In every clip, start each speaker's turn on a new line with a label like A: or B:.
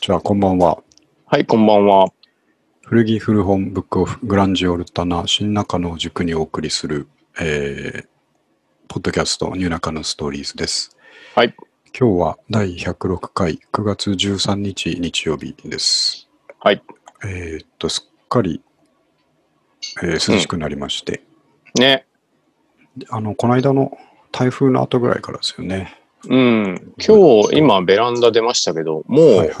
A: じゃあ、こんばんは。
B: はい、こんばんは。
A: 古着古本ブックオフグランジオルタナ新中野を塾にお送りする、えー、ポッドキャストニューナカのストーリーズです。
B: はい。
A: 今日は第106回9月13日日曜日です。
B: はい。
A: えーっと、すっかり、えー涼しくなりまして、
B: ね。
A: あの、この間の台風の後ぐらいからですよね。
B: うん。今日、今、ベランダ出ましたけど、も
A: はいは
B: う
A: い。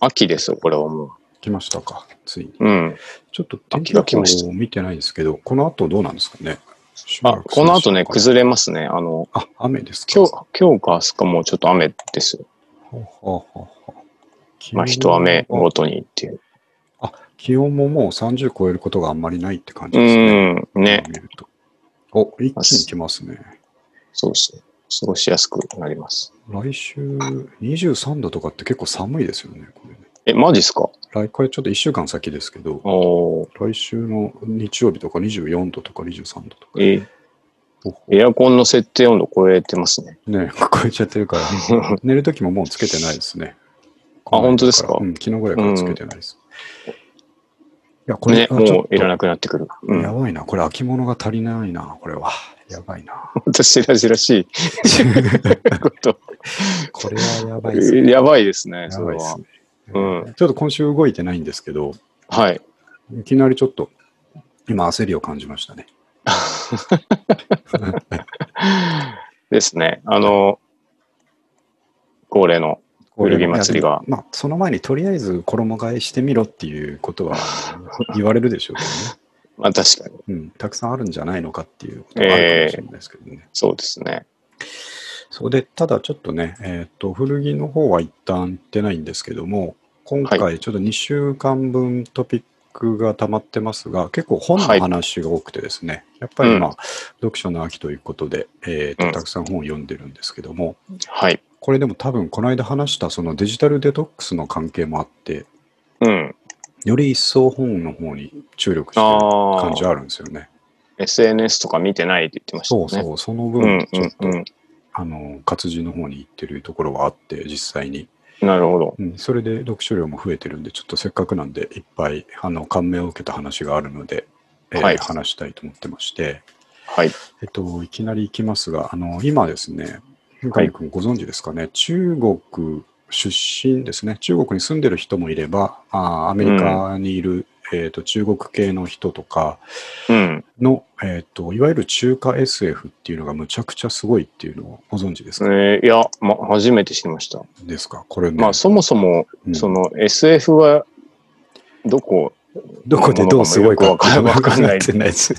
B: 秋ですよ、これはも
A: 来ましたか、ついに。
B: う。うん。
A: ちょっと天
B: 秋
A: 気
B: が
A: 予
B: 来ました
A: 報を見てないんですけど、この後どうなんですかね。しば
B: あ、
A: らく
B: この後ね、
A: 涼しい
B: 崩れますね。あの、
A: のかなあ、雨ですか。
B: 今日、今日か明日かもうちょっと雨ですよ。
A: ほうほうほうほう
B: まあ、一雨ごとにっていう。
A: 気温ももう30超えることがあんまりないって感じ
B: う
A: ですね。
B: ん。ね。
A: こう見ると。お、一気に来ますね。
B: そうですね。過ごしやすくなります。
A: 来週23度とかって結構寒いですよね。これね
B: え、マジっすか
A: 来これちょっと1週間先ですけど、
B: おー。
A: 来週の日曜日とか24度とか23度とか。
B: え
A: ほうほう
B: エアコンの設定温度超えてますね。
A: ね 超えちゃってるから、 寝るときももうつけてないですね。
B: あ本当ですか
A: うん、昨日ぐらいからつけてないです。いや、これ、
B: ね、
A: あちょ
B: も
A: っ
B: う
A: と
B: いらなくなってくる。う
A: や
B: ん。
A: ばいな。これ、秋物が足りないな。これは。やばい な。
B: ほんと、しらじら しい こと。
A: これはやばいですね。
B: やばいですね、
A: や
B: そ
A: ば
B: れ
A: いです
B: は
A: ね。。
B: う
A: ちょっと今週動いてないんですけど、
B: はい。
A: いきなりちょっと、今、焦りを感じましたね。
B: ですね。あの、恒例の。古着祭りが
A: いやでもまあ、その前にとりあえず衣替えしてみろっていうこと は言われるでしょうけ
B: まあ確か
A: ど
B: に、
A: ね。うん。たくさんあるんじゃないのかっていうことはあるかもしれないですけどね。
B: そうですね。
A: そうで、ただちょっとね、えっ、と、古着の方は一旦行ってないんですけども、今
B: は
A: 回ちょっと2週間分トピックが溜まってますが、結構本の
B: はい
A: 話が多くてですね、やっぱりまあ、
B: う
A: 読書の秋ということで、えーと
B: うん
A: たくさん本を読んでるんですけども、
B: はい。
A: これでも多分この間話したそのデジタルデトックスの関係もあって、
B: うん。
A: より一層本の方に注力してる
B: あ
A: 感じ
B: あ、
A: あるんですよね。
B: SNS とか見てないって言ってました
A: そ
B: ね。
A: うそう、その
B: う
A: 分
B: ん
A: ち
B: う
A: ょっ
B: ん
A: と、
B: う
A: あの活字の方に行ってるところはあって、実際に。
B: ん。なるほど。
A: うん、それで読書量も増えてるんで、ちょっとせっかくなんで、いっぱいあの感銘を受けた話があるので、えー
B: はい
A: 話したいと思ってまして、
B: はい。
A: えっと、いきなり行きますが、あの今ですね、三上君ご存知ですかね、中国出身ですね、中国に住んでる人もいれば、あーアメリカにいる、えー、と中国系の人とか
B: うん。
A: の、えーと、いわゆる中華 SF っていうのがむちゃくちゃすごいっていうのをご存知です
B: え
A: か,、
B: ーいや、ま、初めて知りました。
A: ですかこれね、
B: まあそもそも、
A: うん
B: その SF はどこ
A: どこでどうすごいかっていうのが
B: わかんない
A: わってないです。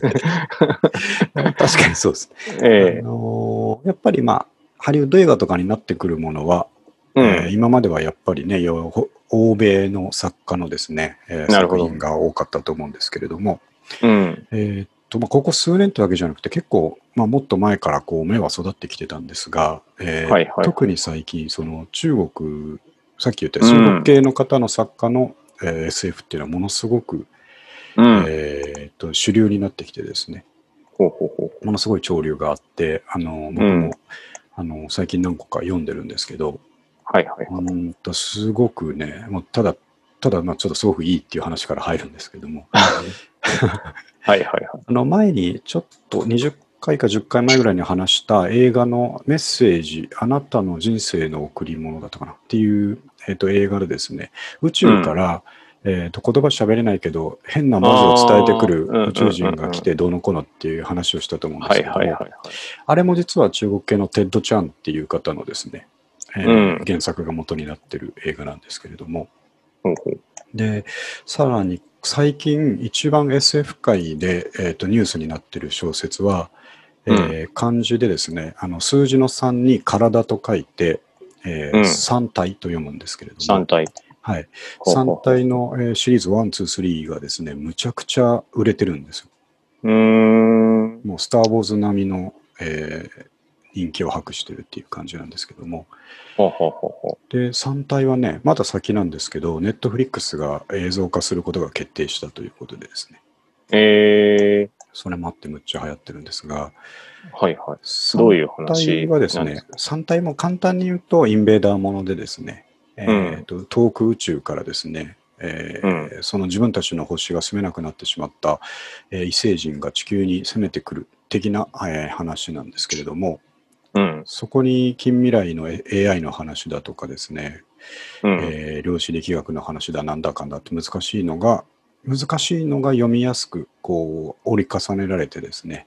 A: 確 かにそうです。
B: え
A: あのーやっぱりまあ、ハリウッド映画とかになってくるものは、
B: え
A: えー今まではやっぱりね、よほ欧米の作家のですね、えー
B: なるほ
A: 作
B: ど
A: 品が多かったと思うんですけれども、
B: うん。うん。
A: えーっとまあ、ここ数年ってわけじゃなくて、結構、まあ、もっと前からこう目は育ってきてたんですが、えー
B: はいはい。
A: 特に最近、その中国、さっき言った中国系の方の作家の、えー SF っていうのはものすごく
B: うん。
A: えーっと主流になってきてですね
B: ほうほうほ
A: ものすごい潮流があってあの僕も、
B: うん
A: あの最近何個か読んでるんですけど
B: う。はいはい。
A: うんとすごくねもうただただまあちょっとすごくいいっていう話から入るんですけど も
B: はいはいはい。
A: あの前にちょっと20回か10回前ぐらいに話した映画の「メッセージあなたの人生の贈り物」だったかなっていう、えーっと映画でですね宇宙から、えー、と言葉喋れないけど変な文字を伝えてく
B: あーうんうんうんう
A: る
B: ん
A: 宇宙人が来てどうのこうのっていう話をしたと思うんです
B: は
A: け
B: い
A: ども、
B: はいはい。
A: あれも実は中国系のテッド・チャンっていう方のですね、えー
B: うん
A: 原作が元になってる映画なんですけれども
B: ほうほう。
A: でさらに最近一番 SF 界で、えー、とニュースになってる小説は、えー漢字でですねあの数字の3に体と書いて、えー
B: うん
A: 三体と読むんですけれど
B: 三
A: も、
B: 体。
A: はい、
B: ほうほう
A: 三体の、えーシリーズ123がですねむちゃくちゃ売れてるんですよ
B: うーん。
A: もう「スター・ウォーズ」並みの、えー人気を博してるっていう感じなんですけども
B: ほうほうほうほ
A: で3体はねまだ先なんですけどネットフリックスが映像化することが決定したということでですね
B: う。え
A: それもあってむっちゃ流行ってるんですが
B: ー、はいはい。
A: 3
B: どういう
A: 体
B: 話
A: はです
B: なん
A: ね3体も簡単に言うとインベーダーものでですねえーと遠く宇宙からですね、えーその自分たちの星が住めなくなってしまった、えー異星人が地球に攻めてくる的な、えー話なんですけれども、
B: うん。
A: そこに近未来の A- AI の話だとかですね、
B: うん。
A: えー量子力学の話だなんだかんだって難しいのが難しいのが読みやすくこう折り重ねられてですね、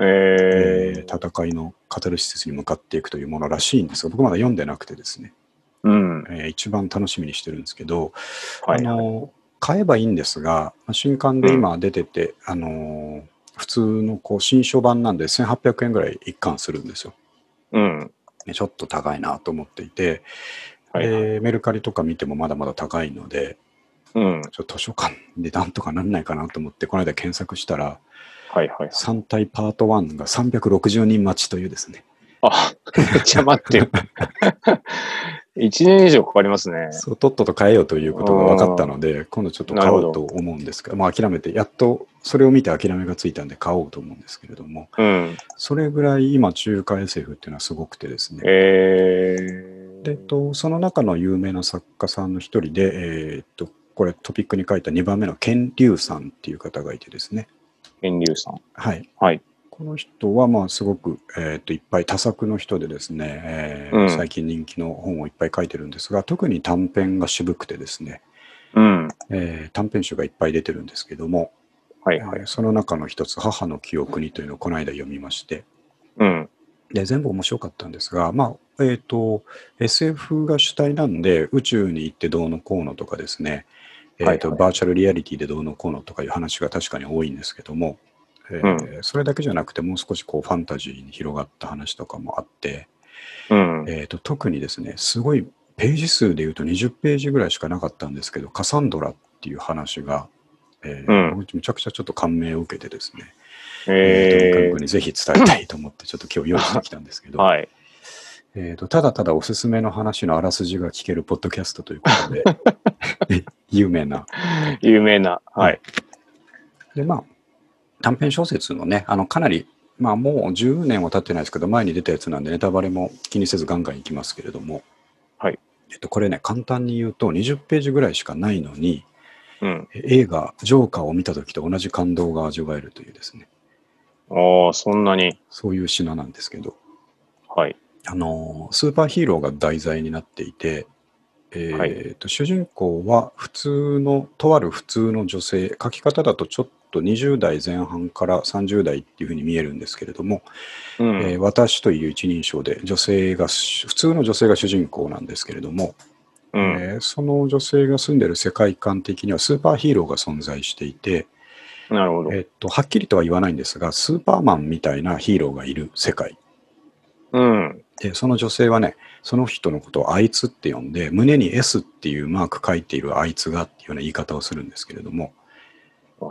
B: え
A: え
B: ー
A: ー戦いのカタルシスに向かっていくというものらしいんですが僕まだ読んでなくてですね、
B: うん。
A: えー一番楽しみにしてるんですけど、
B: はい。
A: あの買えばいいんですがまあ新刊で今出てて、あの普通のこう新書版なんで1800円ぐらい一貫するんですよ。
B: うん。
A: ねちょっと高いなと思っていて、
B: はいはい。
A: でメルカリとか見てもまだまだ高いので、
B: うん。
A: ちょっと図書館でなんとかなんないかなと思って、この間検索したら、
B: はいはい。
A: 3体パート1が360人待ちというですね。
B: あ、めっちゃ待ってよ。 一年以上かかりますね。
A: そう、とっとと変えようということが分かったので、今度ちょっと買おうと思うんですが、まあ諦めて、やっとそれを見て諦めがついたんで買おうと思うんですけれども、
B: うん。
A: それぐらい今中華 SF っていうのはすごくてですね。
B: えー。
A: で、えっと、その中の有名な作家さんの一人で、えーっと、これトピックに書いた2番目の健龍さんっていう方がいてですね。
B: 遠流さん。
A: はい。
B: はい。
A: この人は、まあ、すごく、えー、といっぱい多作の人でですね、えー
B: うん
A: 最近人気の本をいっぱい書いてるんですが、特に短編が渋くてですね、
B: うん。
A: えー短編集がいっぱい出てるんですけども、
B: はいはい
A: え。ーその中の一つ、母の記憶にというのをこの間読みまして、
B: うん。
A: で全部面白かったんですが、まあえー、と SF が主体なんで、宇宙に行ってどうのこうのとかですね、えーと
B: はいはい
A: バーチャルリアリティでどうのこうのとかいう話が確かに多いんですけども、えーそれだけじゃなくて、もう少しこうファンタジーに広がった話とかもあって、
B: うん。
A: えー、と特にですね、すごいページ数でいうと20ページぐらいしかなかったんですけど、カサンドラっていう話が、えー
B: うん
A: 僕めちゃくちゃちょっと感銘を受けてですね、えーと三上
B: え
A: 君にぜひ伝えたいと思って、ちょっと今日用意してきたんですけ
B: ー。
A: ど。
B: はい。
A: えー、とただただおすすめの話のあらすじが聞けるポッドキャストということ で有名な。
B: 有名な。はい。
A: でまあ短編小説のねあのかなり、まあ、もう10年は経ってないですけど前に出たやつなんでネタバレも気にせずガンガンいきますけれども、
B: はい
A: えっと、これね簡単に言うと20ページぐらいしかないのに
B: うん。
A: え映画「ジョーカー」を見た時と同じ感動が味わえるというですね
B: ああ、そんなに。
A: そういう品なんですけど
B: はい。
A: あのースーパーヒーローが題材になっていて、えー
B: はい
A: と主人公は普通のとある普通の女性書き方だとちょっと20代前半から30代っていうふうに見えるんですけれども、
B: う
A: えー
B: ん。
A: 私という一人称で女性が普通の女性が主人公なんですけれども、
B: うん。
A: えーその女性が住んでる世界観的にはスーパーヒーローが存在していて、
B: なるほど。
A: えっとはっきりとは言わないんですがスーパーマンみたいなヒーローがいる世界
B: うん。
A: で、その女性はね、その人のことをあいつって呼んで、胸に S っていうマーク書いているあいつがっていうような言い方をするんですけれども、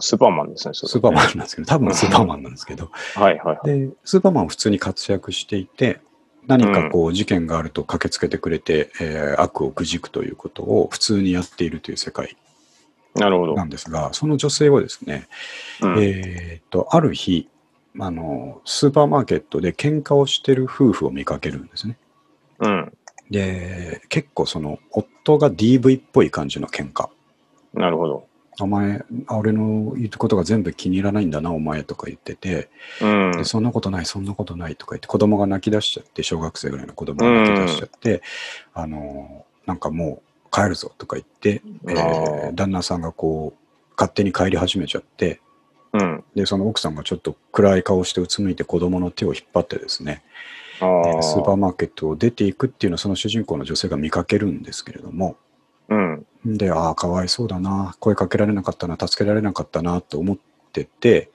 B: スーパーマンですね、それ
A: スーパーマンなんですけど、多分スーパーマンなんですけど、
B: はいはいはい。
A: で、スーパーマンは普通に活躍していて、何かこう事件があると駆けつけてくれて、えー悪をくじくということを普通にやっているという世界
B: なるほど。
A: なんですが、その女性はですね、
B: うん。
A: えーっと、ある日、あの、スーパーマーケットで喧嘩をしてる夫婦を見かけるんですね。
B: うん。
A: で、結構その、夫が DV っぽい感じの喧嘩。
B: なるほど。
A: お前、俺の言うことが全部気に入らないんだな、お前とか言ってて、
B: うん。
A: でそんなことない、そんなことないとか言って、子供が泣き出しちゃって、小学生ぐらいの子供が泣き出しちゃって、あのー、なんかもう帰るぞとか言って、えー
B: あー
A: 旦那さんがこう、勝手に帰り始めちゃって、
B: うん。
A: で、その奥さんがちょっと暗い顔してうつむいて子供の手を引っ張ってですね、
B: あ
A: えー
B: あ。
A: スーパーマーケットを出ていくっていうのをその主人公の女性が見かけるんですけれども、
B: うん。
A: で、ああ、かわいそうだな、声かけられなかったな、助けられなかったなと思ってて、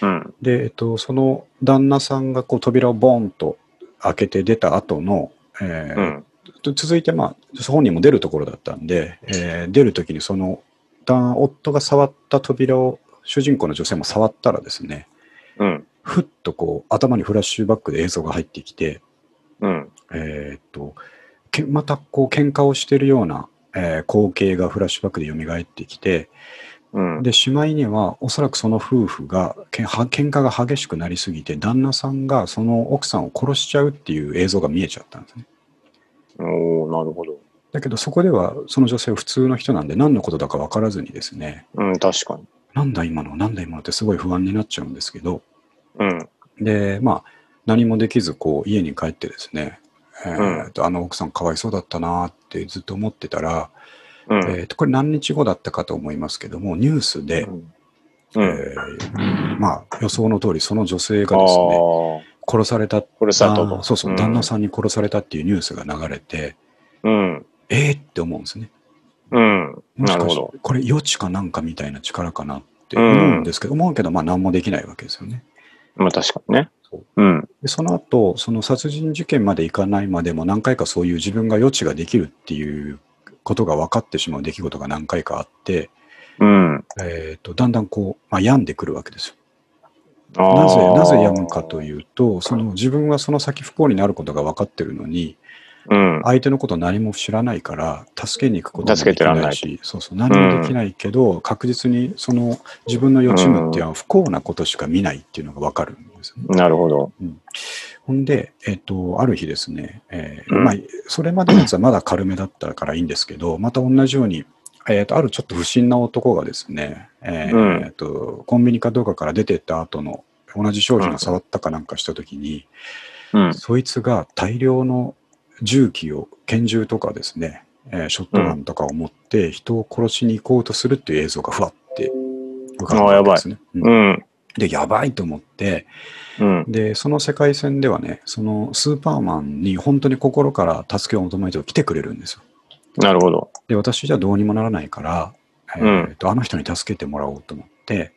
B: うん。
A: で、えっと、その旦那さんがこう扉をボーンと開けて出た後の、え
B: う
A: ー
B: ん。
A: 続いて、まあ、本人も出るところだったんで、えー出るときにその旦夫が触った扉を主人公の女性も触ったらですね、
B: うん。
A: ふっとこう頭にフラッシュバックで映像が入ってきて、
B: うん。
A: えーっとけまたこう喧嘩をしてるような、えー光景がフラッシュバックで蘇ってきて
B: うん。
A: でしまいにはおそらくその夫婦がけんは喧嘩が激しくなりすぎて旦那さんがその奥さんを殺しちゃうっていう映像が見えちゃったんですね
B: おおなるほど。
A: でだけどそこではその女性は普通の人なんで何のことだか分からずにですね、
B: うん、確かに。
A: なんだ今の、なんだ今のってすごい不安になっちゃうんですけど、
B: うん、
A: で、まあ、何もできず、こう、家に帰ってですね、えーとあの奥さんかわいそうだったなーってずっと思ってたら、
B: うん。
A: えーとこれ何日後だったかと思いますけども、ニュースで、
B: うんうん。
A: えーまあ、予想の通り、その女性
B: あ
A: が
B: あ
A: ですね、
B: ー、
A: 殺された、
B: これさ、と
A: あーそうそう、旦那さんに殺されたっていうニュースが流れて、
B: うん。
A: えーって思うんですね。
B: うん。
A: も
B: な
A: し
B: る
A: か
B: ほ
A: し
B: ど。
A: これ余地かなんかみたいな力かなって思うんですけど、思うけど、まあ何もできないわけですよね。
B: まあ確かにね
A: そう。
B: うん。
A: でその後、その殺人事件までいかないまでも何回かそういう自分が余地ができるっていうことが分かってしまう出来事が何回かあって、
B: うん。
A: えー、とだんだんこう、まあ、病んでくるわけですよ。な
B: な。
A: ぜ、なぜ病むかといううと、その自分はその先不幸になることが分かってるのに、
B: うん。
A: 相手のこと何も知らないから、助けに行くことも
B: 助
A: で
B: け
A: き
B: てらん
A: な
B: ない
A: いし、そうそう、何もできないけど、確実にその自分の予知夢っていうのは不幸なことしか見ないっていうのが分かるんですよね。
B: なるほど。
A: ほんで、えっと、ある日ですね、えー
B: うん
A: まあ、それまでのやつはまだ軽めだったからいいんですけど、また同じように、えっとあるちょっと不審な男がですね、えー
B: うん
A: えっとコンビニかどうかから出てった後の同じ商品を触ったかなんかした時に、
B: うん。
A: そいつが大量の銃器を拳銃とかですね、えーショットガンとかを持って人を殺しに行こうとするっていう映像がふわって浮かんだわけですね。うん
B: うん。
A: でやばいと思って、
B: うん。
A: で、その世界線ではね、そのスーパーマンに本当に心から助けを求めて来てくれるんですよ。
B: なるほど。
A: で、私じゃどうにもならないから、え
B: うん
A: ーとあの人に助けてもらおうと思って、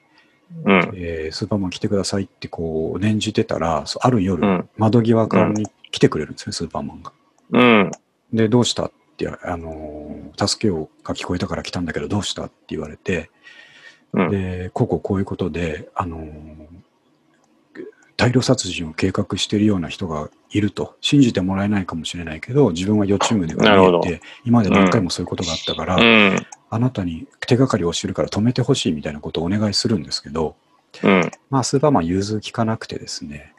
B: うん。
A: えースーパーマン来てくださいってこう念じてたら、そうある夜、
B: うん。
A: 窓際からに来てくれるんですね、スーパーマンが。
B: うん。
A: で、どうしたって、あのー助けをが聞こえたから来たんだけど、どうしたって言われて、
B: うん。
A: で、こうこうこういうことで、あのー大量殺人を計画しているような人がいると、信じてもらえないかもしれないけど、自分は予知夢で
B: なるほ
A: 見
B: ど
A: えて、今まで何回もそういうことがあったから、
B: うん。
A: あなたに手がかりを知るから止めてほしいみたいなことをお願いするんですけど、
B: うん。
A: まあ、スーパーマン融通聞かなくてですね、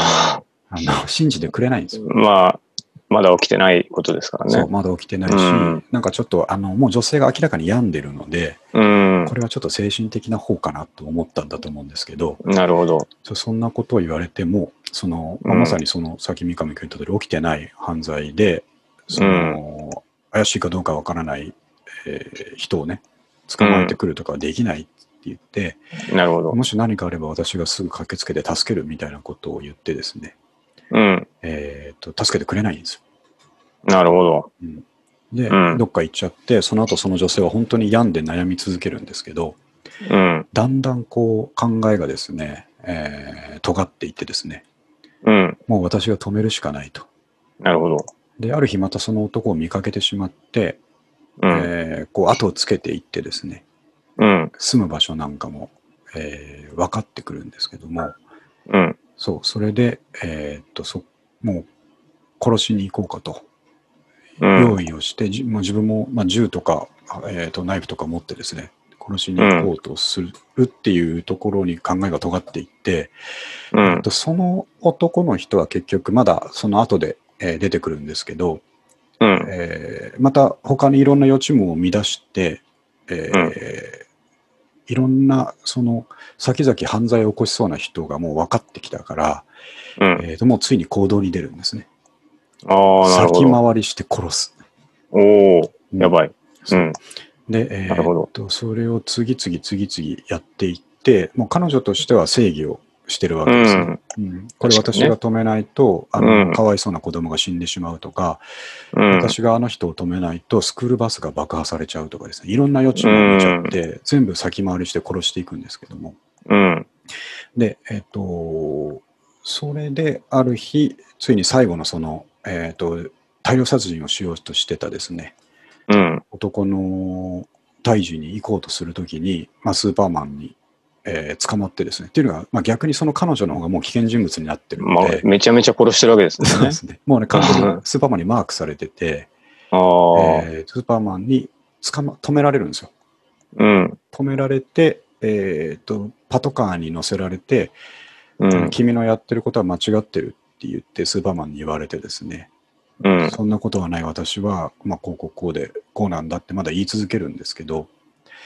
A: あの信じてくれないんですよ。
B: まあ、まだ起きてないことですから
A: そう
B: ね。
A: まだ起きてないし、
B: うん
A: なんかちょっとあのもう女性が明らかに病んでるので、
B: うん
A: こ。れはちょっと精神的な方かなと思ったんだと思うんですけど、
B: なるほど。
A: そそんなことを言われても、そのまあ
B: うん
A: まさにその、さっき三上君言った通り、起きてない犯罪で、その怪しいかどうかわからない、えー人をね、捕まえてくるとかはできないって言って、
B: なるほど。
A: もし何かあれば私がすぐ駆けつけて助けるみたいなことを言ってですね、
B: うん。
A: えー、と助けてくれないんですよ。
B: なるほど。
A: で、
B: うん
A: どっか行っちゃって、その後その女性は本当に病んで悩み続けるんですけど、
B: うん。
A: だんだんこう考えがですね、えー尖っていってですね、
B: うん。
A: もう私が止めるしかないと。
B: なるほど。
A: で、ある日またその男を見かけてしまって、
B: うん。
A: えーこう後をつけていってですね、
B: うん。
A: 住む場所なんかも、えー分かってくるんですけども、
B: うん。
A: そう、それで、えーっと、そ、もう殺しに行こうかと、
B: うん
A: 用。意をして、じもう自分も、まあ、銃とか、えーっと、ナイフとか持ってですね、殺しに行こうとするっていうところに考えが尖っていって、え
B: う
A: ーっ
B: ん。
A: とその男の人は結局まだその後で、えー出てくるんですけど、
B: うん。
A: えーまた他にいろんな予知夢を見出して、えー
B: うん
A: いろんなその先々犯罪を起こしそうな人がもう分かってきたから、
B: うん。
A: えーともうついに行動に出るんですね。
B: ああ、なるほ
A: 先
B: ど。
A: 回りして殺す。
B: おお、やばい。うん。
A: で、え
B: なるほど
A: ーとそれを次々次々やっていって、もう彼女としては正義をしてるわ
B: う
A: けですね。
B: ん。
A: うんこれ
B: 確かに
A: 私
B: ね
A: が止めないと、あ
B: うん
A: のかわいそうな子供が死んでしまうとか、
B: うん。
A: 私があの人を止めないとスクールバスが爆破されちゃうとかですね、いろんな余地も見ちゃって、全部先回りして殺していくんですけども。
B: うん。
A: で、えっ、と、それである日、ついに最後のその、えっ、と、大量殺人をしようとしてたですね、
B: うん。
A: 男の退治に行こうとするときに、まあ、スーパーマンに、えー捕まってですね、っていうのが、まあ、逆にその彼女の方がもう危険人物になってる
B: ま
A: の
B: あ
A: で、、
B: めちゃめちゃ殺してるわけですね。
A: そうですね、もうね、完全
B: うん
A: にスーパーマンにマークされてて、
B: ああ。
A: えースーパーマンに捕、ま、止められるんですよ。
B: うん。
A: 止められて、えー、とパトカーに乗せられて、
B: うん。
A: 君のやってることは間違ってるって言ってスーパーマンに言われてですね、
B: うん。
A: そんなことはない私は、まあ、こうこうこうで、こうなんだってまだ言い続けるんですけど、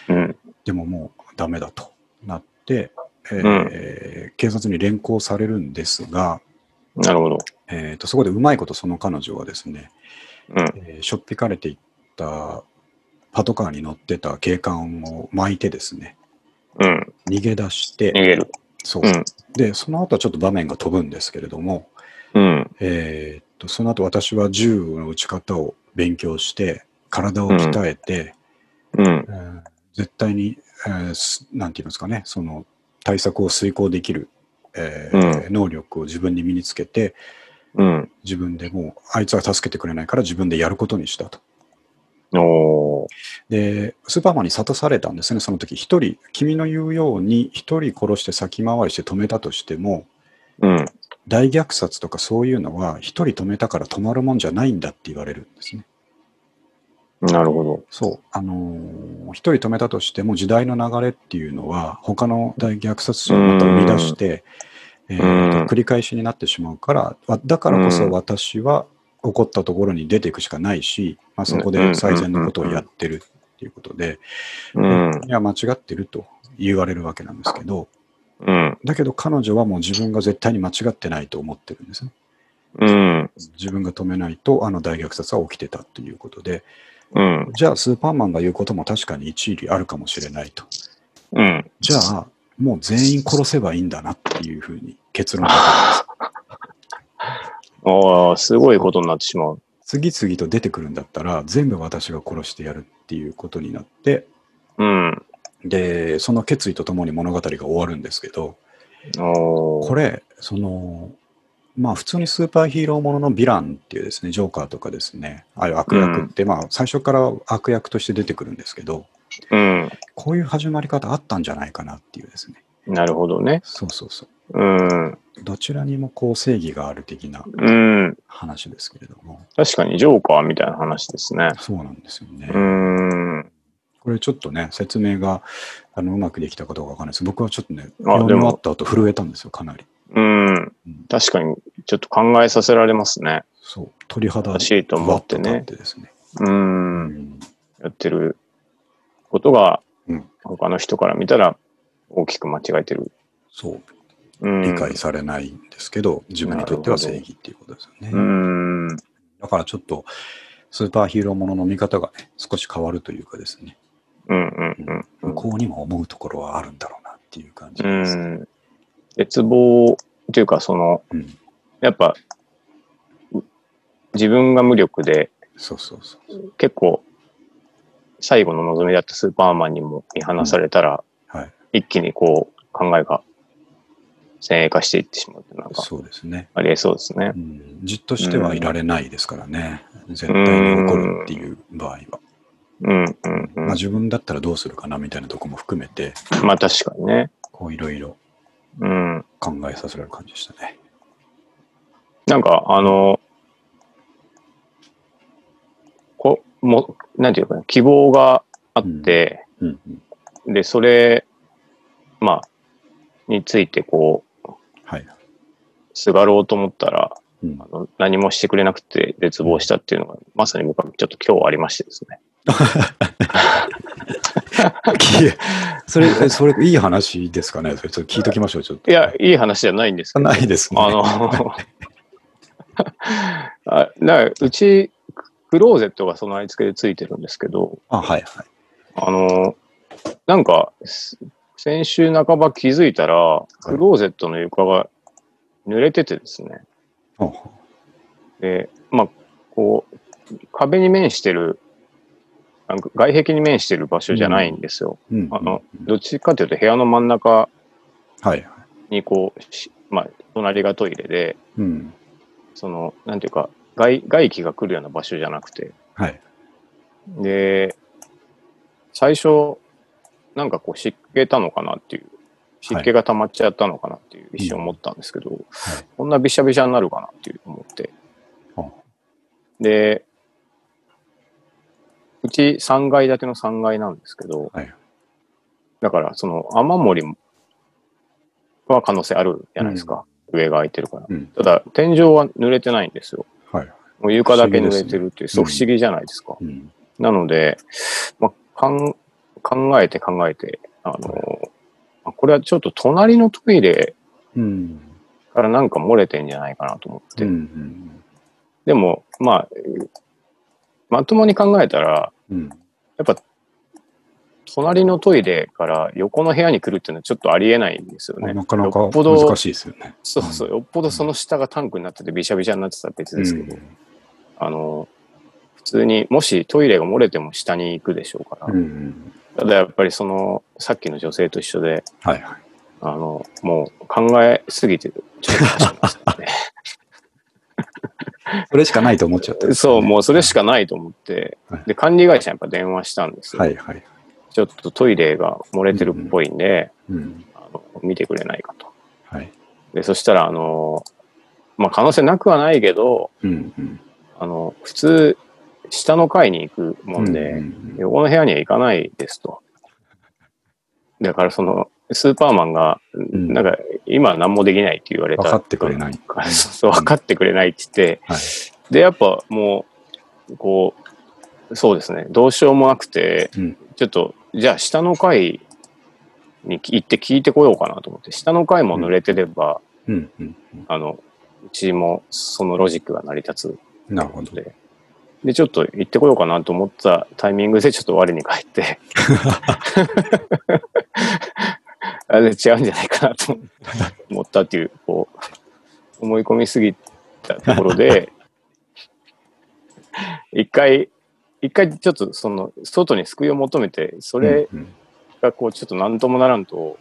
B: うん。
A: でももうダメだとなって、えー警察に連行されるんですが、
B: なるほど。
A: えー、とそこでうまいことその彼女はですね、
B: うん。
A: えーしょっぴかれていったパトカーに乗ってた警官を巻いてですね、
B: うん。
A: 逃げ出し
B: 逃げ
A: て、
B: る。
A: そう
B: うん。
A: でその後はちょっと場面が飛ぶんですけれども、
B: うん。
A: えーっとその後私は銃の撃ち方を勉強して体を鍛えて、
B: うん。
A: えー絶対に、えーすなんて言いますかねその対策を遂行できる、えー能力を自分に身につけて
B: うん。
A: 自分でもうあいつは助けてくれないから自分でやることにしたと。
B: おー。
A: でスーパーマンに諭されたんですねその時一人君の言うように一人殺して先回りして止めたとしても
B: うん。
A: 大虐殺とかそういうのは一人止めたから止まるもんじゃないんだって言われるんですね。
B: なるほど。
A: そう、あのー一人止めたとしても時代の流れっていうのは他の大虐殺者をまた生み出して、えー
B: うん
A: 繰り返しになってしまうからわだからこ
B: う
A: そ
B: ん
A: 私は起こったところに出ていくしかないし、まあ、そこ
B: う
A: で
B: ん
A: 最善のことをやってるっていうことで、
B: うん。
A: いや間違ってると言われるわけなんですけど
B: うん。
A: だけど彼女はもう自分が絶対に間違ってないと思ってるんですね。
B: うん。
A: 自分が止めないとあの大虐殺は起きてたということで
B: うん。
A: じゃあスーパーマンが言うことも確かに一理あるかもしれないと。
B: うん。
A: じゃあ、もう全員殺せばいいんだなっていうふうに結論が
B: ああ、すごいことになってしまう。
A: 出て次々と出てくるんだったら、全部私が殺してやるっていうことになって、
B: うん。
A: で、その決意とともに物語が終わるんですけど、
B: お
A: こ
B: ー。
A: れ、その、まあ普通にスーパーヒーローもののヴィランっていうですね、ジョーカーとかですね、ああいう悪役って、まあ最初から悪役として出てくるんですけど、
B: うん。
A: こういう始まり方あったんじゃないかなっていうですね。
B: なるほどね。
A: そうそうそ
B: うん。
A: う。どちらにもこう正義がある的な
B: うん。
A: 話ですけれども、
B: 確かにジョーカーみたいな話ですね。
A: そうなんですよね。
B: うん。あ、
A: これちょっとね、説明があのうまくできたかどうかわかんないです。僕はちょっとね、
B: で
A: 読み終わ
B: も
A: っ、た後震えたんですよ、かなり。
B: うん。
A: うん
B: 確かに、ちょっと考えさせられますね。
A: そう、鳥肌
B: 正しいと思って
A: ぶわ
B: ね
A: っ。と立ってですね。
B: う。
A: うんん、
B: やってることが
A: うん、
B: 他の人から見たら大きく間違えてる。
A: そう、
B: うん。
A: 理解されないんですけど、自分にとっては正義っていうことですよね。
B: うん。
A: だからちょっと、スーパーヒーローものの見方がね、少し変わるというかですね、
B: うんうんう
A: 向
B: ん
A: こうにも思うところはあるんだろうなっていう感じ
B: う
A: です。
B: ん。うん。絶望というか、その、
A: うん
B: やっぱ、う自分が無力で、
A: そうそうそう。
B: 結構、最後の望みだったスーパーマンにも見放されたら、
A: はい、
B: 一気にこう、考えが先鋭化していってしまうって、なんか、
A: そうですね。
B: ありえそうですね
A: う。ん、じっとしてはいられないですからね、絶対に怒るっていう場合は。
B: うんうんうん
A: まあ、。自分だったらどうするかなみたいなとこも含めて、
B: まあ確かにね。
A: こういろいろ
B: うん。
A: 考えさせられる感じでしたね。
B: なんか、あの、こもなんていうかな、希望があって、
A: うんうん、
B: で、それ、まあ、について、こう、
A: はい、
B: すがろうと思ったら、
A: うん
B: あ。の何もしてくれなくて絶望したっていうのが、まさに僕はちょっと今日ありましてですね。
A: いやそれ、えそれいい話ですかねそれちょっと聞いときましょう、ちょっと。
B: いや、いい話じゃないんですけど、
A: ないですね。
B: あの、あなんかうち、クローゼットが備え付けでついてるんですけど、
A: あはいはい。
B: あの、なんか、す先週半ば気づいたら、クローゼットの床が濡れててですね。
A: ほうほ
B: で、まあ、こう、壁に面してる、なんか外壁に面してる場所じゃないんですよ。
A: ううん
B: あの、どっちかというと部屋の真ん中
A: はいはい。
B: にこう、しまあ、隣がトイレで、
A: うん。
B: その、なんていうか、外、外気が来るような場所じゃなくて、
A: はい。
B: で、最初、なんかこう湿気たのかなっていう、湿気が溜まっちゃったのかなっていう一瞬思ったんですけど、
A: はい
B: こんなびしゃびしゃになるかなっていう思って。
A: あ
B: で、うち3階建ての3階なんですけど、
A: はい
B: だからその雨漏りもは可能性あるじゃないですか。上が空いてるから。
A: うん。
B: ただ、天井は濡れてないんですよ。
A: はい。
B: もう床だけ濡れてるって
A: 不思議で
B: いう、
A: すね
B: そう不思議じゃないですか。
A: うん
B: なので、まあ、かん考えて考えて、あの、まあこれはちょっと隣のトイレ
A: うん
B: からなんか漏れてんじゃないかなと思って。
A: うんうん
B: でも、まあ、えーまともに考えたら、
A: うん
B: やっぱ、隣のトイレから横の部屋に来るっていうのはちょっとありえないんですよね。
A: なかなか
B: よっぽど
A: 難しいですよね。
B: そうそう、よっぽどその下がタンクになっててびしゃびしゃになってたら別ですけど、あの、普通にもしトイレが漏れても下に行くでしょうから、
A: うんうん
B: ただやっぱりその、さっきの女性と一緒で、
A: はいはい。
B: あの、もう考えすぎて、ちょっと走りましたね
A: それしかないと思っちゃ ったんです
B: そ
A: よね、
B: う、もうそれしかないと思って
A: はい、
B: で、管理会社にやっぱ電話したんですよ。
A: はいはい。
B: ちょっとトイレが漏れてるっぽいんで、
A: うん。
B: あの見てくれないかと。
A: はい。
B: で、そしたら、あの、まあ、可能性なくはないけど、
A: うんうん。
B: あの、普通、下の階に行くもんで、
A: うんうんうん
B: 横の部屋には行かないですと。だからその、スーパーマンが、
A: ん
B: なんか、今何もできないって言われた。
A: 分かってくれない
B: そうそう、 分かってくれないって言って、
A: はい
B: で、やっぱもう、こう、そうですね、どうしようもなくて、
A: うん
B: ちょっと、じゃあ下の階に行って聞いてこようかなと思って、下の階も濡れてれば、
A: うんうんうん
B: あの、うちもそのロジックが成り立つ
A: なるほど。
B: で、で、ちょっと行ってこようかなと思ったタイミングで、ちょっと我に返って、 あれ違うんじゃないかなと思ったっていう、こう、思い込みすぎたところで、 一回、一回ちょっとその、外に救いを求めて、それ
A: うんうん
B: がこう、ちょっと何ともならんと、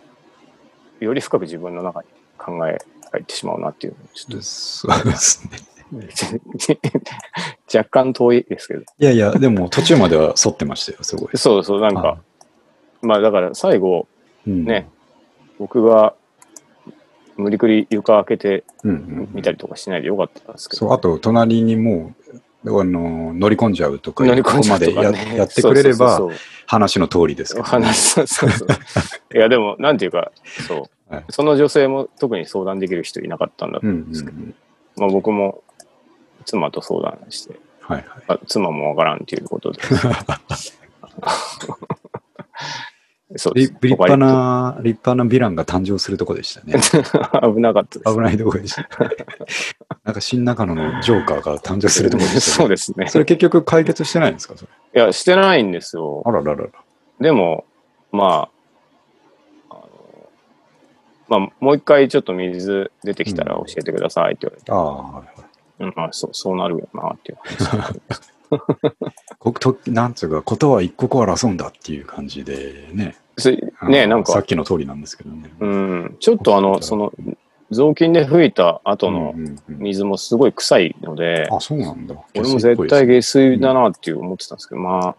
B: より深く自分の中に考え入ってしまうなっていう、ちょっと
A: そうですね。
B: 若干遠いですけど。
A: いやいや、でも途中までは沿ってましたよ、すごい。
B: そうそう、なんか、まあだから最後、
A: うん
B: ね、僕が無理くり床開けて
A: うんうん
B: みたりとかしないでよかったんですけ
A: そ
B: ど。
A: う、あと、隣にもう、あの、乗り込んじゃうとか、
B: 乗り込んじゃうと
A: ここ
B: か
A: ま
B: ね
A: でややってくれれば、
B: そうそうそう
A: 話の通りです
B: そう
A: け
B: お
A: どね、
B: 話そうそうそう。 いや、でも、なんていうか、そう、
A: はい
B: その女性も特に相談できる人いなかったんだ。
A: うんうんうん。
B: まあ僕も妻と相談して、
A: はいはい。
B: あ妻もわからんということで。 そうで
A: り
B: す。
A: 立派な、立派なヴィランが誕生するとこでしたね。
B: 危なかったです。
A: 危ないとこで した。なんか、新中野のジョーカーが誕生するとこでした
B: そう
A: ね。
B: ですね。
A: それ結局解決してないんですかそれ
B: いや、してないんですよ。
A: あらららら。
B: でも、まあ、あのまあ、もう一回ちょっと水出てきたら教えてくださいって言われて、
A: ああ、はいはい。
B: うんまあ、そうそうなるよなっていう。
A: こことなんつうか、ことは一刻を争うんだっていう感じでね。
B: す
A: あの
B: ねなん
A: さ
B: か
A: っ、きの通りなんですけどね。
B: うん、ちょっとあの、その、雑巾で拭いた後の
A: うんうんうん
B: 水もすごい臭いので、
A: あ、そうなんだ。
B: 俺も
A: 下水っ
B: 絶対
A: ぽいで
B: 下水だなっていう思ってたんですけど、まあ、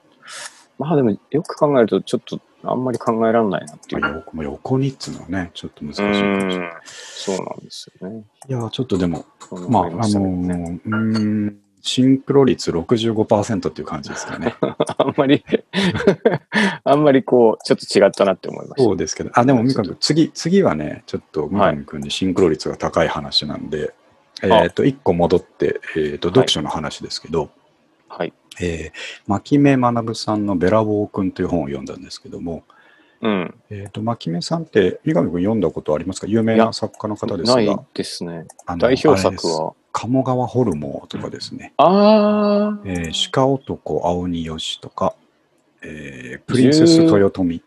B: まあでもよく考えるとちょっとあんまり考えられないなって
A: すね
B: いう。
A: まあよまあ横にっつうのはね、ちょっと難しいか
B: う
A: もしれない。
B: ん、そうなんですよね。
A: いやー、ちょっとでも、
B: そう
A: まあ、あ
B: 思い
A: の
B: したけどね
A: ー、うーん、シンクロ率65%っていう感じですか ね。
B: あんまり、あんまりこう、ちょっと違ったなって思いました。
A: そうですけど、あ、でも、三上君、次、次はね、ちょっと
B: は
A: 三
B: い
A: 上君にシンクロ率が高い話なんで、
B: あ
A: えっと、一個戻って、えっと、
B: い
A: 読書の話ですけど、
B: はい。
A: えー、牧目学さんのべらぼう君という本を読んだんですけども、
B: うん。
A: えっと、牧目さんって、三上君読んだことありますか有名
B: い
A: な
B: や
A: 作家の方ですが、
B: ないですね。
A: あの
B: 代表
A: あれです
B: 作は。
A: 鴨川ホルモンとかですね、
B: ああ、
A: えー、鹿男青鬼よしとか、えー、プリンセス豊臣、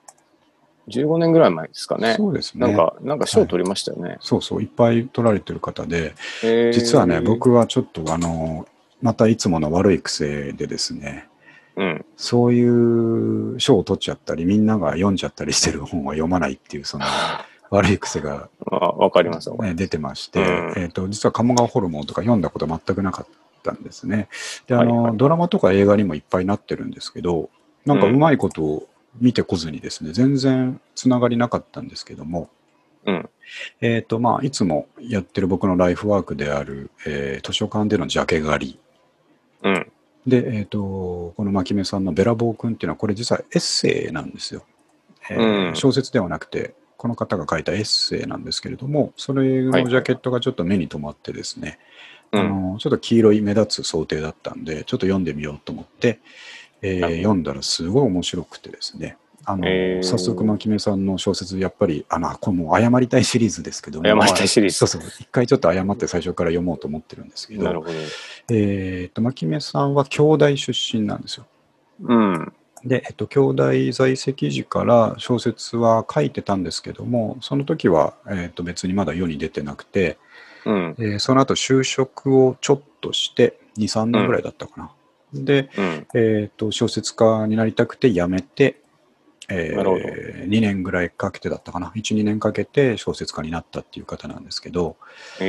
B: 15年ぐらい前ですかね。
A: そうですね
B: なんか、なんか賞取りましたよね。
A: そうそういっぱい取られてる方で
B: えー
A: 実はね、、僕はちょっとあのまたいつもの悪い癖でですね
B: うん。
A: そういう賞を取っちゃったりみんなが読んじゃったりしてる本は読まないっていうそ の悪い癖が、
B: まあ、わかります。わかり
A: ね、出てまして、
B: うん
A: えー、と実は「鴨川ホルモン」とか読んだこと全くなかったんですね。であの、
B: はいはい
A: ドラマとか映画にもいっぱいなってるんですけどなんかうまいことを見てこずにですね、全然つながりなかったんですけども、
B: うん
A: えーとまあ、いつもやってる僕のライフワークである、えー図書館でのジャケ狩り
B: ますうん。
A: で、えー、とこの牧目さんの「べらぼうくん」っていうのはこれ実はエッセイなんですよ、えー
B: うん
A: 小説ではなくてこの方が書いたエッセイなんですけれどもそれ
B: はい
A: のジャケットがちょっと目に留まってですね、
B: うん
A: あのちょっと黄色い目立つ想定だったんで、ちょっと読んでみようと思って、えー
B: なるほど
A: 読んだらすごい面白くてですね、あの
B: へー
A: 早速、牧目さんの小説、やっぱり、あのこれもう謝りたいシリーズですけども、
B: 謝りたいシリーズ
A: そうそう、一回ちょっと謝って最初から読もうと思ってるんですけ
B: なる
A: ど、
B: ほど。
A: えー、と牧目さんは京大出身なんですよ。
B: うん。
A: で、えっと、京大在籍時から小説は書いてたんですけども、その時は、えっと、別にまだ世に出てなくて、
B: うん。
A: えーその後就職をちょっとして、2、3年ぐらいだったかな。で、
B: うん。
A: えっと、小説家になりたくて辞めて、え
B: なるほど
A: 2年ぐらいかけてだったかな。1、2年かけて小説家になったっていう方なんですけど、
B: え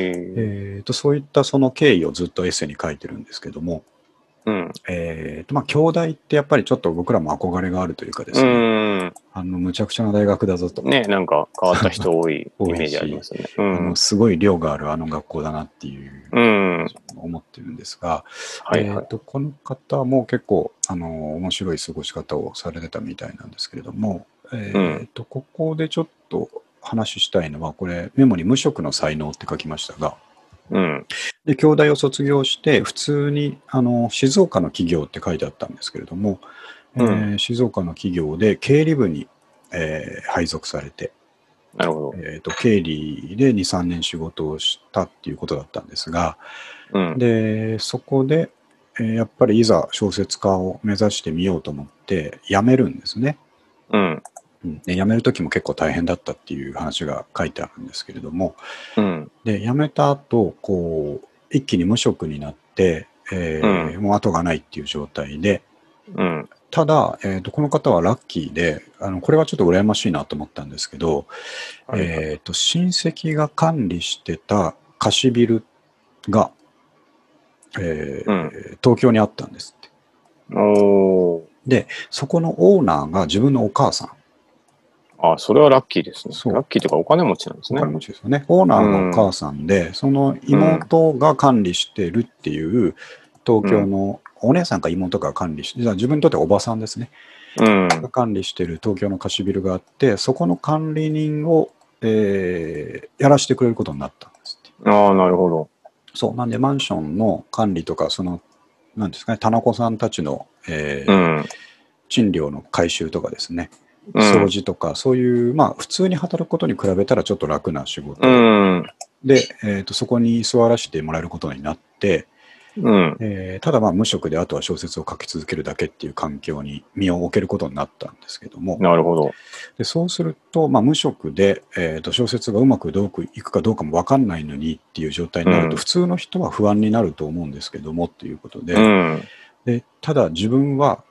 B: ー
A: えっと、そういったその経緯をずっとエッセイに書いてるんですけども、
B: うん。
A: えっと、まあ、京大ってやっぱりちょっと僕らも憧れがあるというかですね、
B: うん。
A: あのむちゃくちゃな大学だぞと、
B: ね、なんか変わった人多いイ
A: 多いし
B: メージありますよね。
A: あのすごい量があるあの学校だなっていう
B: うん。うん。
A: 思ってるんですが、
B: はい
A: え
B: は
A: ー
B: い。
A: とこの方も結構あの面白い過ごし方をされてたみたいなんですけれども、えーとここでちょっと話したいのはこれメモに「無職の才能」って書きましたが
B: うん。
A: で京大を卒業して普通にあの静岡の企業って書いてあったんですけれども、えー静岡の企業で経理部に、えー配属されて
B: なるほど。
A: えー、と経理で2、3年仕事をしたっていうことだったんですが、
B: うん。
A: でそこで、えーやっぱりいざ小説家を目指してみようと思って、辞めるんですね。
B: うん。
A: うんで辞める時も結構大変だったっていう話が書いてあるんですけれども、
B: うん。
A: で辞めた後こう一気に無職になって、えーもう後がないっていう状態で、
B: うん。
A: ただ、えー、とこの方はラッキーであの、これはちょっと羨ましいなと思ったんですけど、
B: はい
A: えー、と親戚が管理してた貸しビルが、えー
B: うん
A: 東京にあったんですって。
B: おー。
A: で、そこのオーナーが自分のお母さん、
B: あ、それはラッキーですね。
A: そう
B: ラッキーというかお金持ちなんです
A: お
B: ね。
A: 金持ちですよね。オーナーのお母さんで、その妹が管理してるっていう、東京のお姉さんか妹が管理して、じゃあ自分にとってはおばさんですね。
B: うん。
A: が管理してる東京の貸しビルがあって、そこの管理人を、えーやらせてくれることになったんですって。
B: ああ、なるほど。
A: そう、なんでマンションの管理とか、その、なんですかね、田中さんたちの、えー
B: うん。
A: 賃料の回収とかですね、
B: うん
A: 掃除とか、そういう、まあ、普通に働くことに比べたらちょっと楽な仕事、
B: うん。
A: で、えーと、そこに座らせてもらえることになって、
B: うん。
A: えーただまあ、無職で、あとは小説を書き続けるだけっていう環境に身を置けることになったんですけども、
B: なるほど。
A: でそうすると、まあ、無職で、えー、と小説がうまくどうくいくかどうかも分かんないのにっていう状態になると、
B: うん
A: 普通の人は不安になると思うんですけどもっていうことで,、
B: うん。
A: でただ自分は、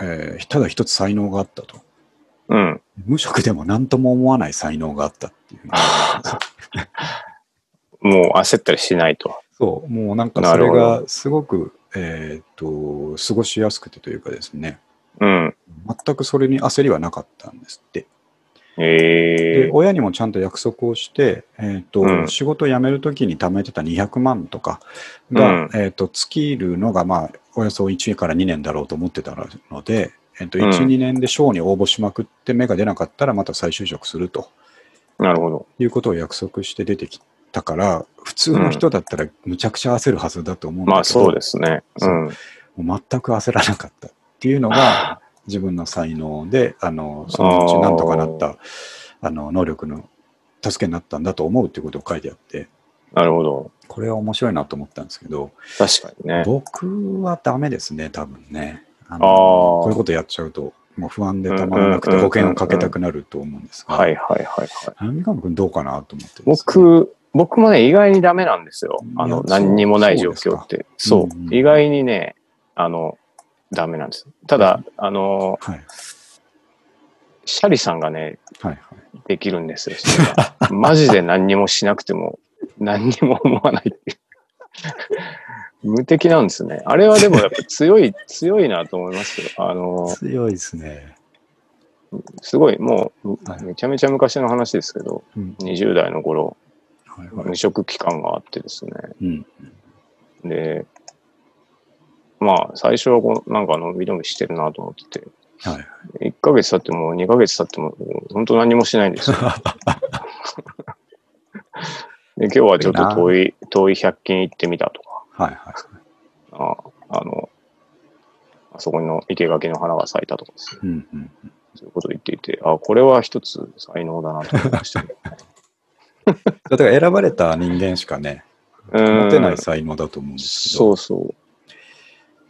A: えーただ一つ才能があったと
B: うん。
A: 無職でも何とも思わない才能があったっていう
B: もう焦ったりしないと。
A: そうもうなんか
B: な
A: そ
B: る
A: れ
B: ほど
A: がすごく、えー、と過ごしやすくてというかですね
B: うん。
A: 全くそれに焦りはなかったんですって。
B: え
A: で
B: え
A: 親にもちゃんと約束をして、えーと
B: うん
A: 仕事を辞めるときに貯めてた200万とかが、
B: うん
A: えー、と尽きるのが、まあ、およそ1から2年だろうと思ってたので、えーと1、
B: うん
A: 2年で賞に応募しまくって芽が出なかったらまた再就職すると
B: なるほど。
A: いうことを約束して出てきたから普通の人だったらむちゃくちゃ焦るはずだと思うん
B: ま
A: だ
B: あ
A: けど、
B: そうですね。うん。
A: もう全く焦らなかったっていうのが。自分の才能であのそのうちなんとかなったあの能力の助けになったんだと思うっていうことを書いてあって
B: なるほど。
A: これは面白いなと思ったんですけど
B: 確かにね。
A: 僕はダメですね多分ねあの
B: あー
A: こういうことやっちゃうともう不安でたまらなくて
B: うんうんうんうん
A: 保険をかけたくなると思うんですが、
B: はいはいはいはい。
A: 三上君どうかなと思ってですね、
B: 僕、僕もね、意外にダメなんですよ
A: い。や
B: あの、
A: そう
B: 何にもない
A: そ
B: 状
A: うですか
B: 況って。そう
A: うんうん
B: 意外にね、あの、ダメなんです。ただ、あの、
A: はい
B: シャリさんがね、
A: はいはい
B: できるんですよ。それが マジで何にもしなくても、何にも思わないっていう。無敵なんですね。あれはでもやっぱ強 い、強いなと思いますよ。あの、
A: 強いですね、
B: すごい、もう
A: はい、
B: めちゃめちゃ昔の話ですけど、
A: うん
B: 20代の頃、
A: はいは
B: 無
A: い
B: 職期間があってですね。
A: うん
B: で、まあ、最初はこうなんかのびのびしてるなと思って
A: はい
B: て、1ヶ月経っても2ヶ月経っても、もう本当何もしないん ですよ。で今日はちょっと遠い、遠い100均行ってみたとか、
A: はいはい。
B: ああの、あそこの生垣の花が咲いたとかですね。
A: うんうんうん
B: そういうことを言っていて、あこれは一つ才能だなと思いまし たね。
A: だから選ばれた人間しかね、
B: うん
A: 持てない才能だと思うんですけど。
B: そう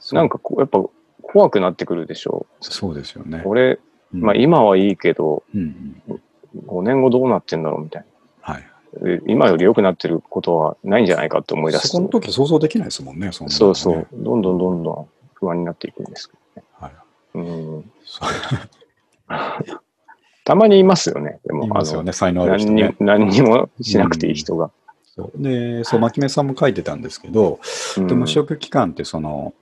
B: そう。なん
A: か、
B: かこう、やっぱ怖くなってくるでしょ
A: そうですよね
B: う。。俺、
A: うん
B: まあ今はいいけど、
A: うんうん。
B: 5年後どうなってんだろうみたい
A: はい。
B: な。で今より良くなってることはないんじゃないかって思い出す
A: そこの
B: と。
A: 時想像できないですもんね、そんなのね
B: そうそう。。どんどんどんどん不安になっていくんですけ
A: はい
B: ど。 うん。
A: そう
B: たまにいますよね。でも、
A: いますよね、才
B: あ
A: 能
B: の
A: ある
B: 何
A: 人
B: に
A: ね
B: も。何にもしなくていい人が。
A: そうで、そう、牧目さんも書いてたんですけど、で
B: うん
A: 無職期間って、その、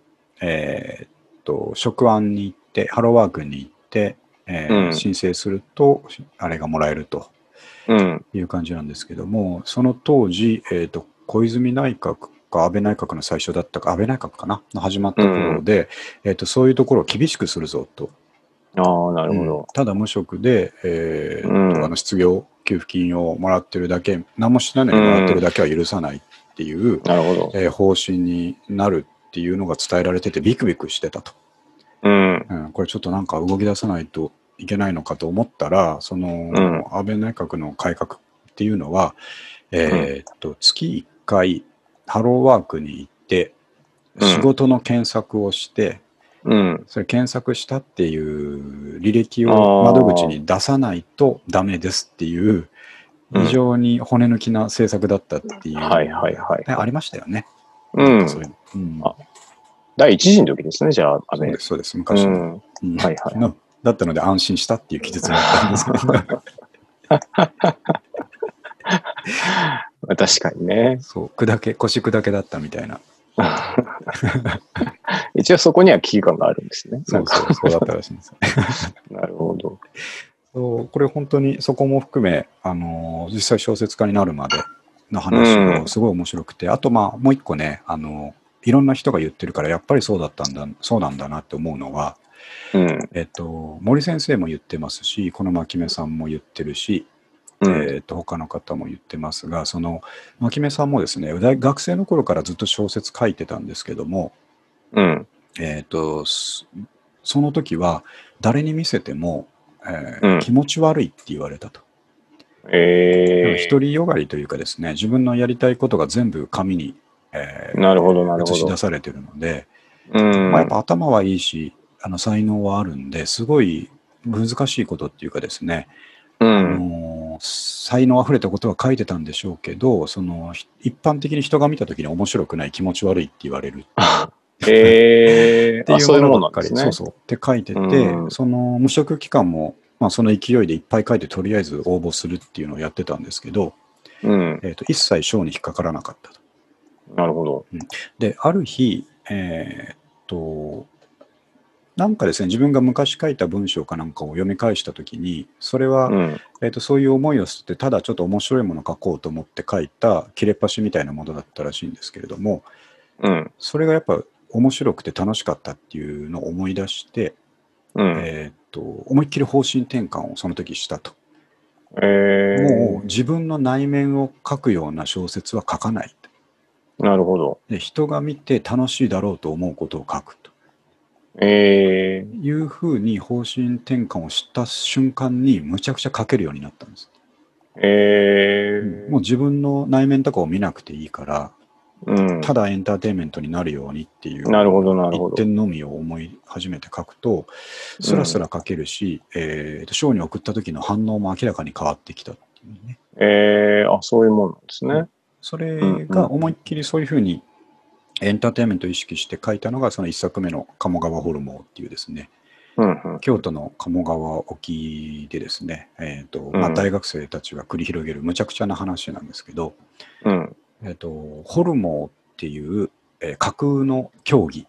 A: えーっと、職安に行って、ハローワークに行って、えー
B: うん
A: 申請すると、あれがもらえると
B: うん。
A: いう感じなんですけども、その当時、えーっと、小泉内閣か安倍内閣の最初だったか、安倍内閣かな、の始まった頃で、えーっと、そういうところを厳しくするぞと。
B: ああ、なるほ
A: うん
B: ど。
A: ただ無職で、えーっと
B: うん
A: あの失業給付金をもらってるだけ、何もしてないのにもらってるだけは許さないっていう、
B: なるほど。
A: えー方針になるっていうのが伝えられててビクビクしてたと、
B: うん。
A: うん、これちょっとなんか動き出さないといけないのかと思ったらその、
B: うん
A: 安倍内閣の改革っていうのは、えーっと月1回ハローワークに行って
B: うん
A: 仕事の検索をして、
B: うん。
A: それ検索したっていう履歴を窓口に出さないとダメですっていう
B: うん
A: 非常に骨抜きな政策だったっていう、
B: はいはいはい
A: ねありましたよね。
B: うん。
A: そういうのうん
B: あ第一次の時ですね、じゃあ、安
A: そう
B: 倍
A: です、そうです、昔の。
B: うん
A: うん
B: はいはい
A: のだったので安心したっていう記述があったんですけど、
B: まあ確かにね。
A: そう、砕け、腰砕けだったみたいな。
B: 一応そこには危機感があるんですね。
A: そうそう、そうだったらしいんです。
B: なるほど。
A: そうこれ本当にそこも含め、あのー実際小説家になるまでの話
B: う
A: も
B: ん
A: すごい面白くて、あとまあもう一個ね、あのーいろんな人が言ってるからやっぱりそうだったんだ、そうなんだなって思うのは、
B: うん。
A: えっと、森先生も言ってますし、この牧目さんも言ってるし、
B: うん。
A: えー、と他の方も言ってますが、その牧目さんもですね、大学生の頃からずっと小説書いてたんですけども、
B: うん。
A: えー、とそその時は誰に見せても、えー
B: うん
A: 気持ち悪いって言われたと。
B: ええ
A: 独りよがりというかですね、自分のやりたいことが全部紙に、えー
B: なるほど、なる
A: 映し
B: ほ
A: 出
B: ど。
A: されてるので、
B: うん。
A: まあ、やっぱ頭はいいし、あの才能はあるんですごい難しいことっていうかですね、
B: う
A: あ
B: ん。
A: の才能あふれたことは書いてたんでしょうけどそのひ一般的に人が見た時に面白くない気持ち悪いって言われる
B: ええ
A: ってい
B: あ、
A: う
B: そ
A: も
B: ういう
A: の
B: も
A: ば
B: の
A: っ
B: な
A: か
B: んで
A: り
B: すね。
A: そうそうって書いてて、
B: うん
A: その無職期間も、まあ、その勢いでいっぱい書いてとりあえず応募するっていうのをやってたんですけど、
B: うん。
A: えー、と一切賞に引っかからなかったと。
B: なるほど。
A: である日えーっとなんかですね自分が昔書いた文章かなんかを読み返した時にそれは、
B: うん。
A: えー、とそういう思いを捨ててただちょっと面白いものを書こうと思って書いた切れっ端みたいなものだったらしいんですけれども
B: うん。
A: それがやっぱ面白くて楽しかったっていうのを思い出して、
B: うん。え
A: えー、と思いっきり方針転換をその時したと、
B: え
A: もう自分の内面を書くような小説は書かない
B: なるほど。
A: で人が見て楽しいだろうと思うことを書くと
B: ええ
A: いうふうに方針転換をした瞬間にむちゃくちゃ書けるようになったんです、
B: ええ
A: もう自分の内面とかを見なくていいから
B: うん。
A: ただエンターテインメントになるようにっていう
B: なるほど、なるほ
A: 一
B: ど。
A: 点のみを思い始めて書くとスラスラ書けるし、えーと賞に送った時の反応も明らかに変わってきたっていうね
B: ええあ、そういうものなんですね。
A: それ
B: うんうん
A: が思いっきりそういうふうにエンターテインメントを意識して書いたのがその一作目の「鴨川ホルモン」っていうですね
B: うん。うん。
A: 京都の鴨川沖でですね、えーとまあ、
B: うん
A: 大学生たちが繰り広げるむちゃくちゃな話なんですけど、
B: うん。
A: えー、とホルモンっていう、えー架空の競技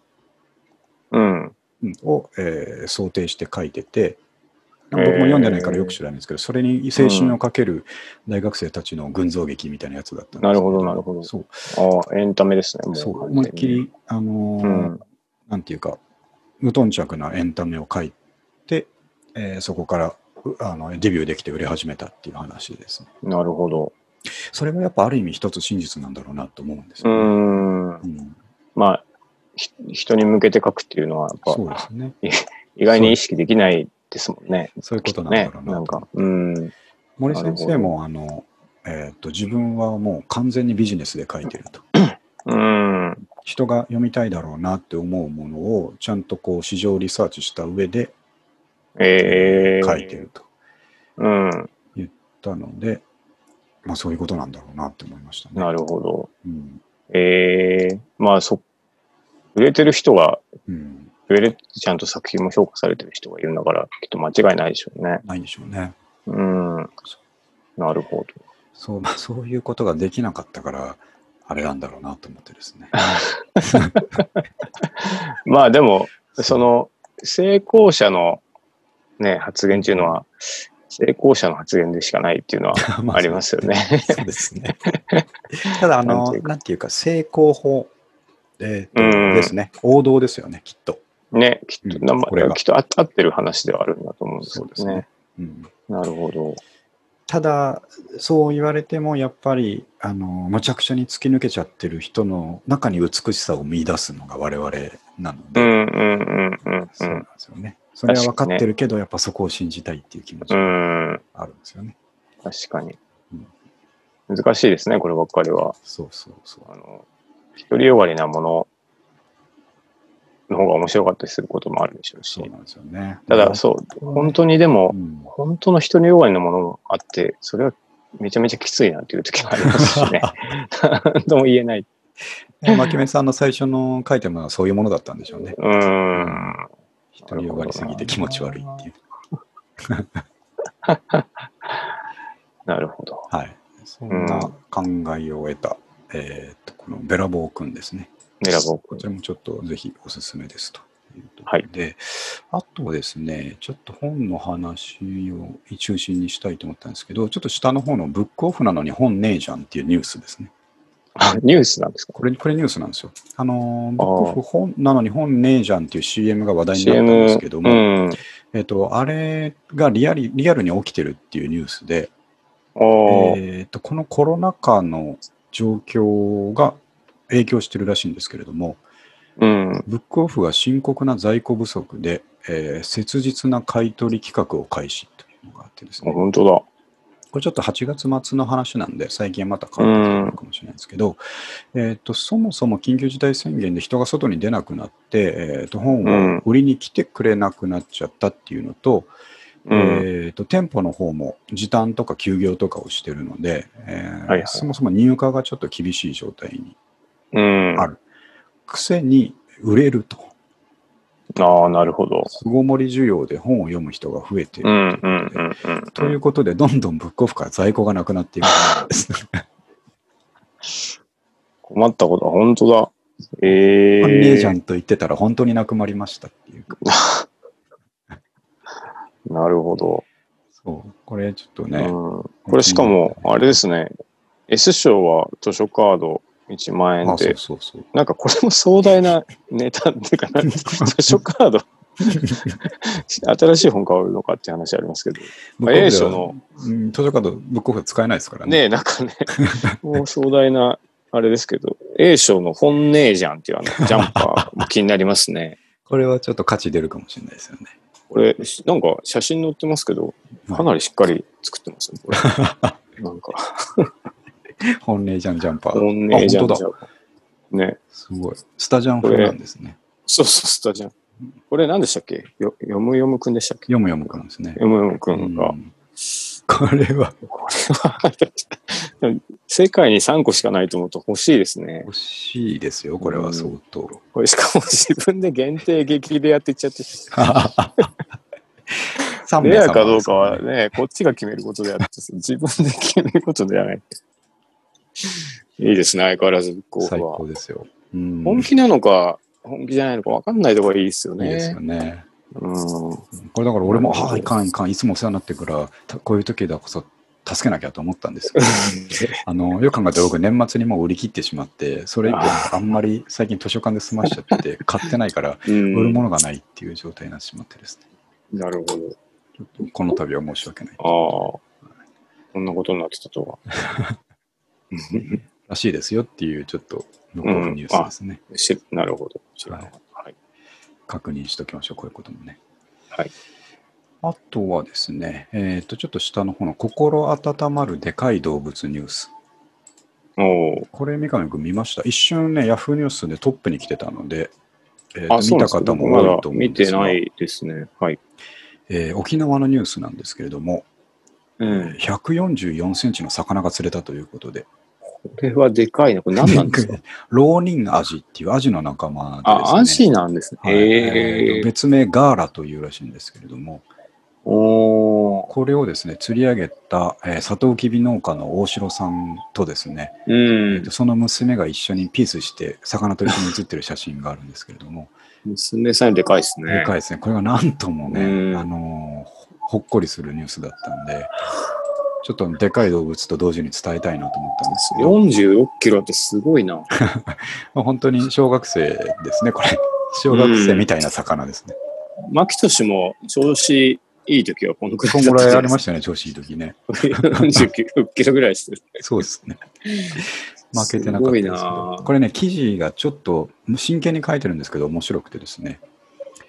B: うん。
A: うんを、えー想定して書いてて、僕も読んでないからよく知らないんですけど、それに青春をかける大学生たちの群像劇みたいなやつだったんですけ
B: なるほどなるほど
A: そう、
B: ああ、エンタメですね。もう
A: そう
B: 完
A: 思い
B: 全
A: っき
B: に。
A: り、あのー
B: うん。
A: なんていうか、無頓着なエンタメを書いて、えーそこからうあのデビューできて売れ始めたっていう話ですね。
B: なるほど。
A: それもやっぱある意味一つ真実なんだろうなと思うんです
B: うー
A: よね。
B: ん。
A: うん
B: まあ、ひ人に向けて書くっていうのは、やっ
A: そうで
B: ぱ
A: すね。
B: 意外に意識できないですもんね。
A: そういうことなんだ
B: ね
A: ろう、な。
B: なんか、うん。
A: 森先生も、あの、えっと、自分はもう完全にビジネスで書いてると。
B: うん。
A: 人が読みたいだろうなって思うものを、ちゃんとこう、市場リサーチした上で
B: ええ
A: 書いてると。
B: うん。
A: なので、まあ、そういうことなんだろうなって思いましたね。
B: なるほど。
A: うん。
B: ええまあ、そ、売れてる人が、
A: うん。
B: 売れてちゃんと作品も評価されてる人がいるんだから、きっと間違いないでしょうね。
A: ないんでしょうね。
B: うん。なるほど。
A: そう、まあ、そういうことができなかったから、あれなんだろうなと思ってです ね。
B: まあでも、その、成功者のね、発言っていうのは、成功者の発言でしかないっていうのは
A: ま
B: ありますよね。
A: そうですね。ただ、あ
B: なん
A: の、
B: ていう
A: なんていうか、成功法、えーと
B: うん
A: ですね。王道ですよね、きっと。
B: ね、きっと、
A: うん
B: なま
A: これが
B: きっとあ合ってる話ではあるんだと思うんですけどね。
A: うん、
B: なるほど。
A: ただ、そう言われても、やっぱり、あの、むちゃくちゃに突き抜けちゃってる人の中に美しさを見出すのが我々なの
B: う
A: で、
B: んうんうんうん
A: そうなんですよね。それは分かっ
B: 確か
A: て
B: に
A: るけど、やっぱそこを信じたいっていう気持ち
B: う
A: が
B: ん。うん。
A: あるんですよね。
B: 確かに。難しいですね、こればっかりは。
A: そうそうそう。
B: あの、独りよがりなものの方が面白かったりすることもあるでしょうし
A: そう。なんですよね。
B: ただ、そう、本当にでも、
A: うん
B: 本当の人に弱いのものもあって、それはめちゃめちゃきついなっていう時もあります しね。何とも言えない。
A: まきめさんの最初の書いてものはそういうものだったんでしょうね。
B: うーん。
A: 独りよがりすぎて気持ち悪いっていう。
B: なるほど。
A: はい。そんな考えを得た、えーっと、このベラボー君ですね。
B: メラボー
A: こ
B: 君
A: ち。らもちょっとぜひおすすめですというところで、あとですね、ちょっと本の話を中心にしたいと思ったんですけど、ちょっと下の方のブックオフなのに本ねえじゃんっていうニュースですね。
B: あニュースなんですか
A: これ、これニュースなんですよ。あのー、ブックオフ本なのに本ねえじゃんっていう CM が話題になったん
B: ?CM。
A: ですけども、
B: うん。
A: えっと、あれがリアリリアルに起きてるっていうニュースで、
B: おー
A: えっとこのコロナ禍の状況が影響してるらしいんですけれども、
B: うん。
A: ブックオフが深刻な在庫不足で、えー切実な買い取り企画を開始というのがあってですね、
B: 本当
A: これちょっと8月末の話なんで、最近はまた変わってくるかもしれないですけど、えー、とそもそも緊急事態宣言で人が外に出なくなって、えー、と本を売りに来てくれなくなっちゃったっていうのと、
B: だ。うん。
A: えー、と店舗の方も時短とか休業とかをしてるので、えー
B: はいはい
A: そもそも入荷がちょっと厳しい状態に、
B: うん。
A: あ
B: あ
A: るくせに売れると、
B: あ、なるほど。
A: 巣ごもり需要で本を読む人が増えている
B: うんうんうんうん。
A: ということで、どんどんブックオフから在庫がなくなっ ていくんです。
B: 困ったことは本当だ。ええ
A: マンネージャンと言ってたら本当になくなりましたっていう。
B: なるほど。
A: そう。これちょっと
B: う
A: ね、
B: ん。これしかも、あれですね。S 賞は図書カード1万円
A: あ、そ
B: で
A: う、そうそう。
B: なんかこれも壮大なネタっていうか な、図書カード、新しい本買うのかって話ありますけど、A 賞の、
A: うん、図書カードブックオフで使えないですからね。
B: ねえ、なんかね、もう壮大な、あれですけど、A 賞の本ねえじゃんっていうあのジャンパーも気になります ね。
A: これはちょっと価値出るかもしれないですよね。
B: これ、なんか写真載ってますけど、かなりしっかり作ってますね、こ れ。なんか、
A: 本音じゃんジャンパー。
B: 本ねえじゃん
A: あ本
B: じ
A: 当
B: ゃ
A: だ
B: ん。ね、
A: すごい。スタジャン風なんですね。
B: そうそう、スタジャン。これ何でしたっけよ読む読むくんでしたっけ
A: 読む読むくんですね。
B: 読む読むくんが
A: う。んこれは
B: これはでも、 世界に3個しかないと思うと欲しいですね。
A: 欲しいですよ、これは相当。
B: これしかも自分で限定激レアって言っちゃって、
A: 三名様
B: レアかどうかは
A: ですね
B: ね、こっちが決めることであって、 自分で決めることではない。いいですね、相変わらずブックオ
A: 最
B: フは
A: 高。ですよ。うん
B: 本気なのか、本気じゃないのか分かんないところがいいですよ
A: いいです
B: ね
A: よ。ね。
B: うん
A: これだから俺も、
B: なるほど
A: ああ、いかんいかん、いつもお世話になってるから、たこういう時だこそ助けなきゃと思ったんですけど、あの、よく考えたら僕年末にもう売り切ってしまって、それ以降あんまり最近図書館で済ましちゃってて、買ってないから、売
B: う
A: る
B: ん。
A: ものがないっていう状態になってしまってですね。
B: なるほど。
A: ちょっとこの度は申し訳ない。
B: ああ、こんなことになってたとは。
A: らしいですよっていう、ちょっと残るニュースですね。
B: しなるほど。知らなかったはい。
A: 確認しておきましょう、こういうこともね。
B: はい。
A: あとはですね、えっ、と、ちょっと下の方の心温まるでかい動物ニュース。
B: おー
A: これ、三上君見ました一瞬ね、ヤフーニュースでトップに来てたので、えーと
B: あ、そう
A: 見
B: な
A: た
B: んです
A: 方
B: か。
A: も
B: ま
A: 多
B: だ
A: いと思うん
B: 見
A: で
B: て
A: すが、
B: ないですね。はい。
A: えー沖縄のニュースなんですけれども、
B: うん。
A: 144センチの魚が釣れたということで、
B: これはでかいな。これ何な んですか
A: ローニンアジっていうアジの仲間でです、
B: あ、
A: ね、
B: アジなんですね。
A: はい
B: へ
A: えー
B: え。
A: 別名ガーラというらしいんですけれども、
B: おー。
A: これをですね、釣り上げた、えーサトウキビ農家の大城さんとですね、
B: う
A: えー
B: ん
A: と。その娘が一緒にピースして、魚と一緒に写ってる写真があるんですけれど も、
B: 娘さんよりでかいですね。
A: でかいですね。これがなんともね、
B: うん
A: あのーほほっこりするニュースだったんで、ちょっとでかい動物と同時に伝えたいなと思ったんですけど、
B: 46キロってすごいな。
A: まあ本当に小学生ですね、これ。小学生みたいな魚ですね。
B: 牧俊も調子いい時はこのくら
A: こ
B: い
A: ん
B: だ
A: ぐ
B: っ
A: らい
B: た
A: ありま したね、調子いい時ね。
B: 49キロぐらいしてる。
A: そうです ね。負けてなかったですけ
B: すごい
A: ど
B: な。
A: これね、記事がちょっと真剣に書いてるんですけど、面白くてですね、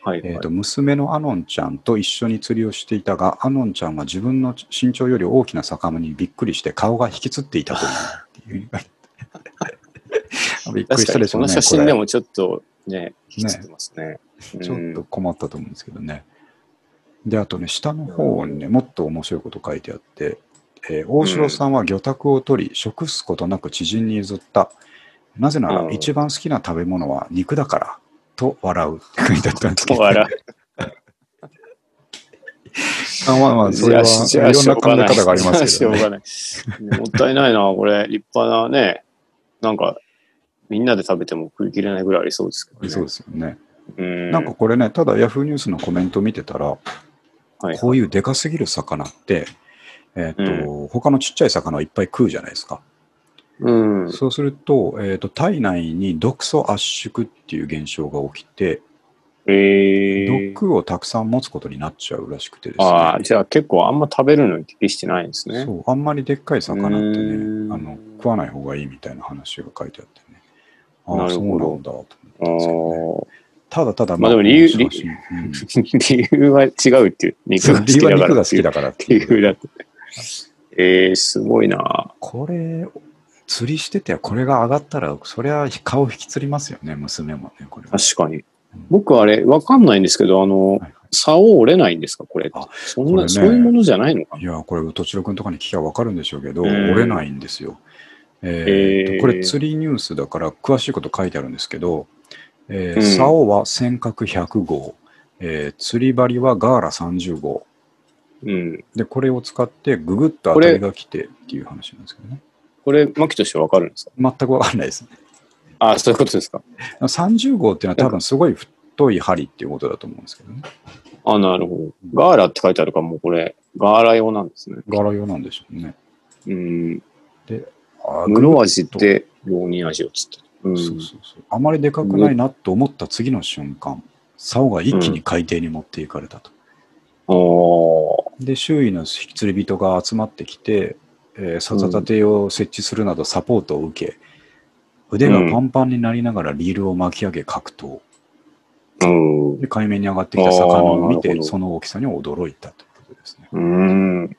B: はい、
A: えーと、娘のアノンちゃんと一緒に釣りをしていたが、アノンちゃんは自分の身長より大きな魚にびっくりして顔が引きつっていたという。 びっくり
B: 確
A: し
B: か
A: たで
B: に
A: しょ
B: こ
A: うね。
B: の写真で
A: こ
B: もちょっとね、引きつってますね。
A: れちょっ
B: う
A: と
B: ん
A: 困ったと思うんですけどね。で、あとね、下の方にね、もっと面白いこと書いてあって、えー大城さんは魚拓を取り、食すことなく知人に譲った。なぜな
B: う
A: ら、
B: ん
A: 一番好きな食べ物は肉だから、と笑うって書いてあったんですけど。
B: 笑
A: あまあまあ、
B: う。
A: それはい
B: じ
A: ろ
B: ゃあ
A: んな考え方があります
B: し
A: け
B: ょ
A: ど
B: う
A: ね。
B: がないしょうがない。もったいないな、これ。立派なね、なんか、みんなで食べても食い切れないぐらいありそうですけどね。
A: そうですよね。
B: うん。
A: なんかこれね、ただヤフーニュースのコメント見てたら、
B: はい、
A: こういうでかすぎる魚って、えーと他のちっちゃい魚をいっぱい食うじゃないですか。
B: うん。
A: そうすると,、えー、と体内に毒素圧縮っていう現象が起きて、
B: えー、
A: 毒をたくさん持つことになっちゃうらしくてですね。
B: ああ、じゃあ結構あんま食べるのに適してないんですね。
A: そうあんまりでっかい魚って
B: うーん
A: ねあの食わない方がいいみたいな話が書いてあってねあ
B: な
A: あ
B: る
A: そうな
B: ほど
A: んだと思ったんですけどね
B: おー
A: ただただ
B: まあでも理由
A: しばしう ん
B: 理由は違うっていう。肉
A: そう
B: が好
A: 理
B: き
A: 由は
B: だか
A: 肉
B: ら
A: が好
B: ってい
A: き
B: う
A: だからって
B: 理
A: いう
B: 由だって。えー、すごいな。
A: これ釣りしててこれが上がったらそりゃ顔引きつりますよね娘もねこれは
B: 確かに。僕あれ、わかんないんですけど、あの、
A: はいは
B: 竿折れないんですかこれって
A: あ。
B: そんな、
A: これね
B: そういうものじゃないのか
A: い、いやこれとちろくんとかに聞きゃ分かるんでしょうけど、
B: うん
A: 折れないんですよ、えー
B: えー
A: これ釣りニュースだから詳しいこと書いてあるんですけど、えー
B: うん
A: 竿は尖閣100号、えー釣り針はガーラ30号
B: うん。
A: でこれを使ってググッと当たりが来てっていう話なんですけどね
B: これ、牧としてわかるんですか
A: 全く分かんないですね
B: あそういうことですか。
A: 30号っていうのは多分すごい太い針っていうことだと思うんですけどね
B: あ、なるほど。ガーラって書いてあるから、もうこれ、ガーラ用なんですね。
A: 柄用なんでしょうね
B: うん。
A: あ
B: 室味って、ローニン味をつって。う。
A: そうそうんそうあまりでかくないなと思った次の瞬間竿が一気に海底に持っていかれたと、
B: おー
A: で周囲の引き釣り人が集まってきて、えー、さざたてを設置するなどサポートを受け腕がパンパンになりながらリールを巻き上げ格闘
B: うん。う
A: で海面に上がってきた魚を見
B: あーなる
A: て
B: ほど
A: その大きさに驚いたということですね
B: ん。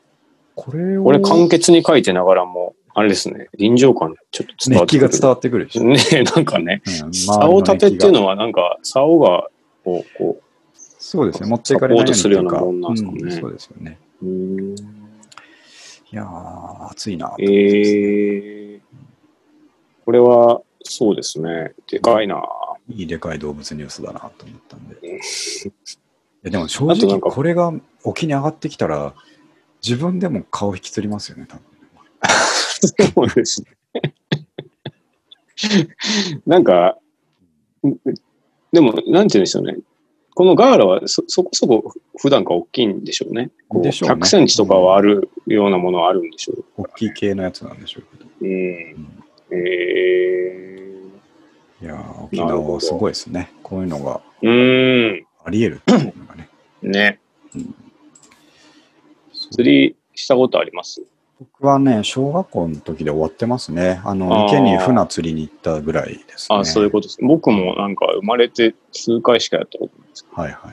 A: これを
B: これ簡潔に書いてながらも、あれですね、臨場感ちょっと伝わっ
A: 熱気
B: てく
A: が
B: る。
A: 伝わってくるでしょ、
B: ねえ、なんかね、
A: うん
B: 竿立てってい
A: は
B: うのはなんか、竿が、こう、こ
A: そうですね持っていかれないように
B: サポートするような
A: と
B: もんなんですかね
A: うんそうですよね
B: う。うー
A: い
B: ん
A: やー、暑いなと思ってますね、
B: えー、これは、そうですね、でかいな。
A: いいでかい動物ニュースだなと思ったんで。いやでも正
B: あとな
A: 直、
B: んか
A: これが沖に上がってきたら、自分でも顔引きつりますよね、多分。
B: そうですね。なんか、でも、なんて言うんでしょうね。このガーラはそそこそこ普段から大きいんでしょうね。こう
A: でしょうね
B: 100センチとかはあるようなものはあるんでしょう
A: 大きい系のやつなんでしょうけど。
B: うん
A: ん
B: え
A: いやー、沖縄はすごいですね。こういうのが
B: ー、うーん、
A: あり得るっていうのがね。
B: ね。
A: うん
B: 釣りしたことあります
A: 僕はね、小学校の時で終わってますね。あの、
B: あー
A: 池に船釣りに行ったぐらいですね。
B: あそういうことです。僕もなんか生まれて数回しかやったことないです。
A: はいはい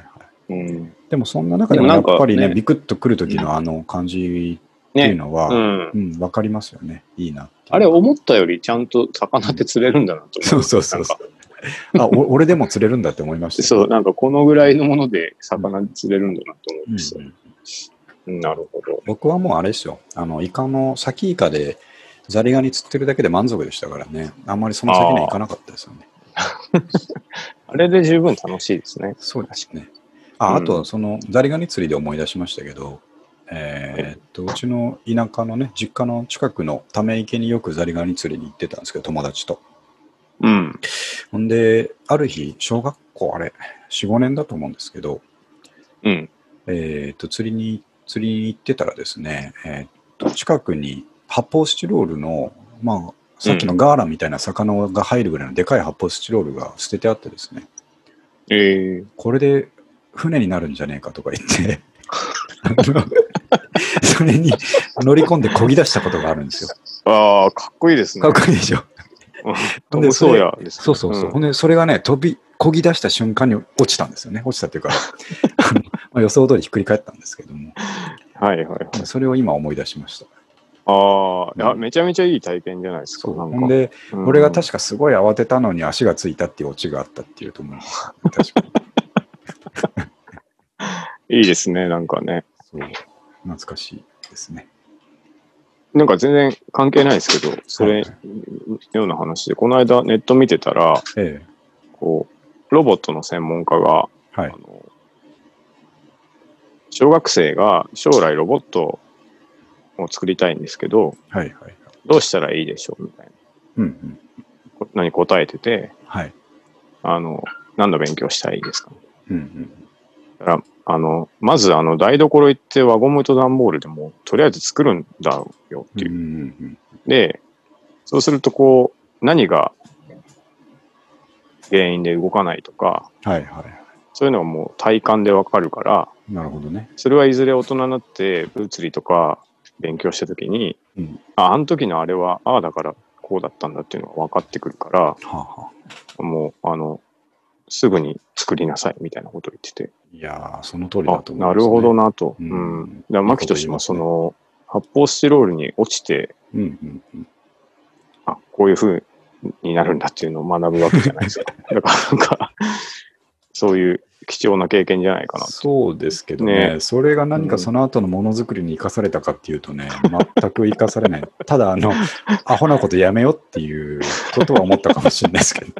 A: はい。
B: うん。
A: でもそんな中でも
B: でも
A: や
B: な
A: っ
B: んか
A: ぱりね、
B: ね
A: ビクッとくる時のあの感じっていう
B: ね。
A: のは、
B: うん。
A: うん、わ、かりますよね。いいなっていう。
B: あれ思ったよりちゃんと魚って釣れるんだなと
A: そ
B: 思
A: うそうそう
B: なん
A: そ
B: か
A: う。 あお、俺でも釣れるんだって思いました。
B: そう、なんかこのぐらいのもので魚釣れるんだなと思いました
A: うん。
B: うんなるほど。
A: 僕はもうあれですよ。あの、イカの先イカで、ザリガニ釣ってるだけで満足でしたからね。あんまりその先には行かなかったですよね。
B: あれで十分楽しいですね。
A: そうですね。あ、
B: うん
A: あと、その、ザリガニ釣りで思い出しましたけど、えーっと、うちの田舎のね、実家の近くのため池によくザリガニ釣りに行ってたんですけど、友達と。
B: うん。
A: ほんで、ある日、小学校、あれ、4、5年だと思うんですけど、
B: うん。
A: えーっと、釣りに、釣りに行ってたらですね、えーっと、近くに発泡スチロールの、まあ、さっきのガーラみたいな魚が入るぐらいのでかい発泡スチロールが捨ててあってですね、
B: ええ
A: これで船になるんじゃねえかとか言って、 あのそれに乗り込んで漕ぎ出したことがあるんですよ。
B: ああ、かっこいいですね。
A: かっこいいでしょ。
B: トム・ソーヤですね。
A: そうそうそう。
B: ん
A: ほんで、それがね、飛び、漕ぎ出した瞬間に落ちたんですよね。落ちたっていう か、あのまあ予想通りひっくり返ったんですけども、
B: はいはいはい。
A: それを今思い出しました。
B: ああ、いや、
A: うん
B: めちゃめちゃいい体験じゃないですか。な
A: ほ
B: ん
A: ん
B: か、
A: で、
B: うん
A: 俺が確かすごい慌てたのに足がついたっていうオチがあったっていうと思うんですよ。 確かに。
B: いいですね、なんかね。
A: そう。懐かしいですね。
B: なんか全然関係ないですけど、それ
A: はい
B: ような話で、この間ネット見てたら、
A: ええ。
B: こう、ロボットの専門家が、
A: はい
B: あ。の小学生が将来ロボットを作りたいんですけど、
A: はい。はい。
B: どうしたらいいでしょうみたいな
A: うんうん。
B: こ何答えてて、
A: はい。
B: あの、何の勉強したらいいですか
A: うんうん。
B: だからあの、まずあの台所行って輪ゴムと段ボールでもうとりあえず作るんだよっていう
A: うんうんうん。
B: で、そうするとこう、何が原因で動かないとか、
A: はいはいは
B: そういうのがもう体感でわかるから、
A: い。なるほどね。
B: それはいずれ大人になって物理とか勉強したときに、
A: うん
B: あ、あの時のあれは、ああだからこうだったんだっていうのが分かってくるから、
A: はあ、はあ、
B: もう、あの、すぐに作りなさいみたいなことを言ってて、
A: いやー、その通りだ
B: あ、
A: と思い
B: な
A: ます、
B: るほど。なと。
A: う
B: うんん。だから、牧としてもその、発泡スチロールに落ちて、
A: うんうんうん。
B: あ、こういう風になるんだっていうのを学ぶわけじゃないですか。だからなんか、そういう貴重な経験じゃないかなと。
A: そうですけどね
B: ね
A: それが何かその後のものづくりに生かされたかっていうとね、全く生かされない。ただ、あ の、アホなことやめよっていうことは思ったかもしれないです けど、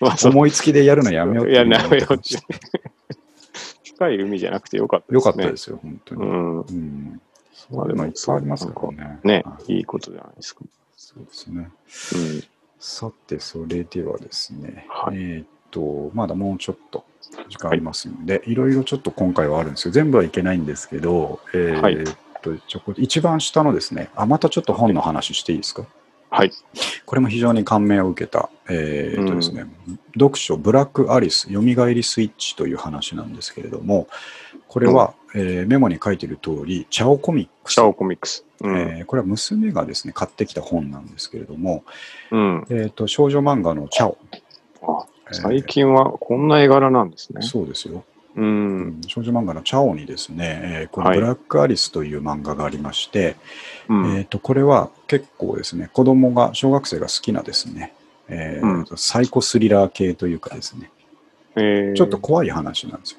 B: まあ、そう
A: 思いつきでやるのやめようって
B: や
A: いうのは
B: やめよう
A: 思
B: っ
A: ったかもしれ
B: て。深い海じゃなくてよかった
A: ない
B: ですね。
A: よかったですよ、本当
B: う
A: に。
B: ん。
A: うん。そういうのいっぱいありますからね。
B: ね
A: は、い
B: いいことじゃないですか。
A: そうですね。
B: うん。
A: さて、それではですね、
B: はい
A: えーっと、まだもうちょっと時間ありますので、い、ろいろちょっと今回はあるんですよ。全部はいけないんですけど、えー
B: はい
A: っと、ちょこ一番下のですね、あ、またちょっと本の話していいですか
B: はい。
A: これも非常に感銘を受けた、えーっとですね、読書、ブラック・アリス、よみがえりスイッチという話なんですけれども、これは、えーメモに書いている通り、チャオコミックス
B: シャ。オコミックス。うん。
A: えーこれは娘がですね、買ってきた本なんですけれども、
B: うん。
A: えーっと少女漫画のチャオ。
B: あ
A: えー
B: 最近はこんな絵柄なんですね。
A: そうですよ。
B: うん。
A: 少女漫画のチャオにですね、えーこの
B: はい
A: ブラックアリスという漫画がありまして、
B: うん
A: えー、とこれは結構ですね、子供が、小学生が好きなですね、えーとサイコスリラー系というかですね、
B: えー
A: ちょっと。怖い話なんですよ。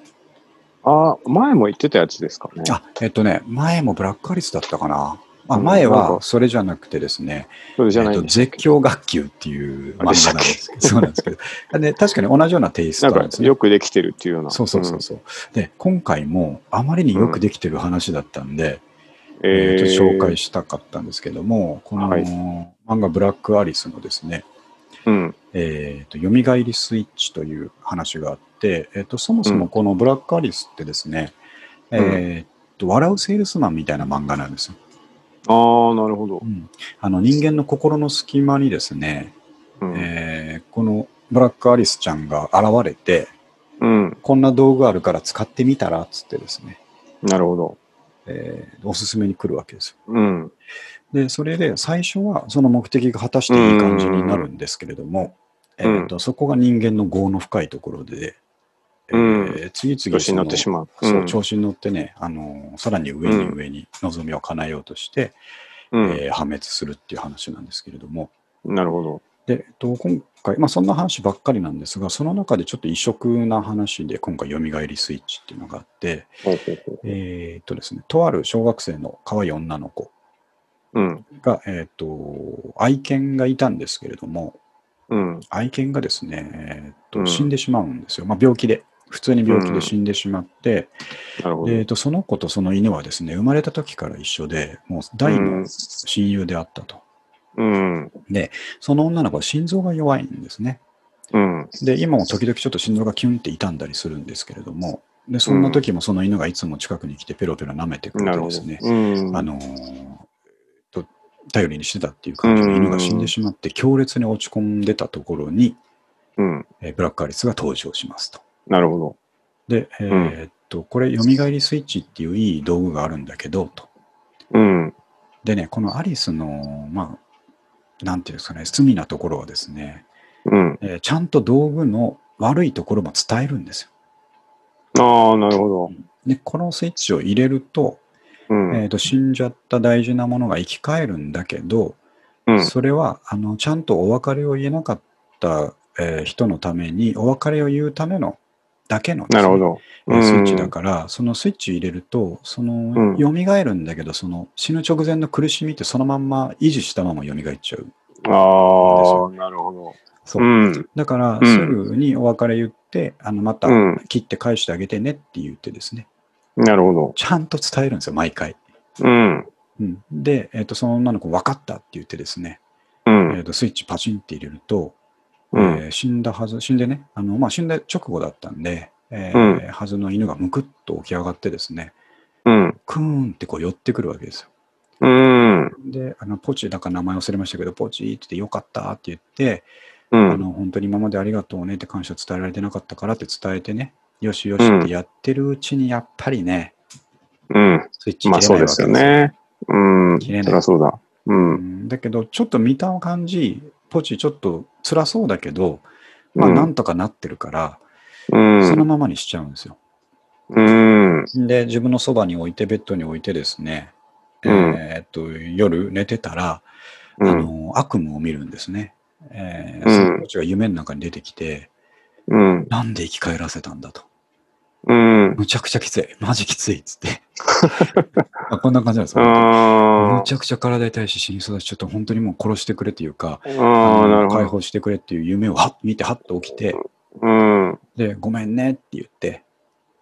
B: あ、前も言ってたやつですかね。
A: あ、えっ、とね、前もブラックアリスだったかな。あ
B: うん
A: 前
B: なん
A: は
B: か
A: それじゃなくてですね、
B: それじゃ
A: え
B: な
A: ー
B: い
A: と
B: んです
A: 絶叫学級っていう漫画なんですけど、そうなんですけど、で確かに同じようなテイス
B: な
A: ト
B: ん
A: なんです
B: か
A: ね
B: よ。くできてるっていうような。
A: そうそうそうそう。で、今回もあまりによくできてる話だったんで、
B: うん。
A: え
B: え
A: ー
B: ー
A: と紹介したかったんですけども、この
B: はい
A: 漫画「ブラックアリス」のですね、
B: うん。
A: えーと、よみがえりスイッチという話があって、えーと、そもそもこのブラックアリスってですね、
B: うん
A: えーと、笑うセールスマンみたいな漫画なんですよ。
B: ああ、なるほど。
A: あの人間の心の隙間にですね、
B: うん。
A: えーこのブラックアリスちゃんが現れて、
B: うん。
A: こんな道具あるから使ってみたらっつってですね、
B: なるほど。
A: えーおすすめに来るわけですよ。
B: うん。
A: で、それで最初はその目的が果たしていい感じになるんですけれども、え
B: うん
A: ーとそこが人間の業の深いところで、え
B: うん
A: ー次々
B: 年
A: そ
B: に
A: の
B: なってしまう。
A: そううん調子に乗ってね、あのーさらに上に上に望みを叶えようとして、
B: うん
A: えー破滅するっていう話なんですけれども、
B: なるほど。
A: で、えっと、今回、まあ、そんな話ばっかりなんですが、その中でちょっと異色な話で、今回、よみがえりスイッチっていうのがあって、
B: ほうほうほう。
A: えーっとですね、とある小学生の可愛い女の子
B: うん。
A: が、えーっと、愛犬がいたんですけれども、
B: うん。
A: 愛犬がですね、えーっ
B: う
A: と
B: ん
A: 死んでしまうんですよ。まあ、病気で。普通に病気で死んでしまって、
B: なるほど。
A: でえーっとその子とその犬はですね、生まれた時から一緒で、もう大
B: う
A: の
B: ん
A: 親友であったと。
B: うん。
A: で、その女の子は心臓が弱いんですね。
B: うん。
A: で、今も時々ちょっと心臓がキュンって痛んだりするんですけれども、で、そんな時もその犬がいつも近くに来てペロペロ舐めてくれ
B: な
A: て
B: るほ
A: で
B: ど
A: すね。、
B: うん。
A: あのーと、頼りにしてたっていう感じで犬が死んでしまって強烈に落ち込んでたところに、
B: うん。
A: えーブラックアリスが登場しますと。
B: なるほど。
A: で、えーっと、これ、よみがえりスイッチっていういい道具があるんだけど、と。
B: うん。
A: でね、このアリスの、まあ、なんていうんですかね、罪なところはですね、
B: うん。
A: えーちゃんと道具の悪いところも伝えるんですよ
B: ああ、なるほど。
A: で、このスイッチを入れると、
B: うん。
A: えー、と死んじゃった大事なものが生き返るんだけど、
B: うん。
A: それはあのちゃんとお別れを言えなかった、えー人のために、お別れを言うためのだけのです
B: な
A: ね、
B: るほど。
A: えースイッチ
B: うん
A: だから、そのスイッチ入れると、その、
B: うん
A: 蘇るんだけど、その死ぬ直前の苦しみってそのまんま維持したまま蘇っちゃう。
B: ああ、なるほど。。
A: そううんだから、
B: うん
A: すぐにお別れ言って、あのまた
B: うん。
A: 切って返してあげてねって言ってですね、
B: なるほど。
A: ちゃんと伝えるんですよ、毎回。
B: うん。
A: うん、で、えっとその女の子分かったって言ってですね、
B: う
A: えっ
B: ん。
A: とスイッチパチンって入れると、
B: う
A: え
B: ん。
A: ー死んだはず死んでねあの、まあ、死んだ直後だったんで、え
B: う
A: ーはずの犬がむくっと起き上がってですね
B: うん。
A: クーンってこう寄ってくるわけですよ
B: うん。
A: であのポチだから名前忘れましたけどポチって言ってよかったって言って、
B: う
A: あ
B: ん。
A: の本当に今までありがとうねって感謝伝えられてなかったからって伝えてねよしよしってやってるうちにやっぱりね、
B: うん。
A: スイッチ切れ
B: ま
A: な
B: あ
A: いわけで
B: そうで
A: すす
B: よ
A: よ
B: ね。うん。そ
A: 切れ
B: り
A: ない
B: ゃそうだ。う。
A: うんんだけど、ちょっと見た感じ、ポチちょっと辛そうだけど、まあ、
B: うん
A: なんとかなってるから、
B: う
A: その
B: ん。
A: ままにしちゃうんですよ。
B: うん。
A: で、自分のそばに置いて、ベッドに置いてですね、
B: うん
A: えーっと、夜寝てたら、
B: う
A: あ
B: ん。
A: の、悪夢を見るんですね。え
B: うん
A: ー、そのポチが夢の中に出てきて、
B: うん。
A: なんで生き返らせたんだと。
B: うん。
A: むちゃくちゃきつい。マジきついっつ って。あこんな感じなんですよ。
B: あ
A: むちゃくちゃ体痛いし死にそうだし、ちょっと本当にもう殺してくれというか、
B: あ。ああ、なる
A: 解
B: ほど。
A: 放してくれっていう夢をはっ見てはっと起きて、
B: うん。
A: で、ごめんねって言って、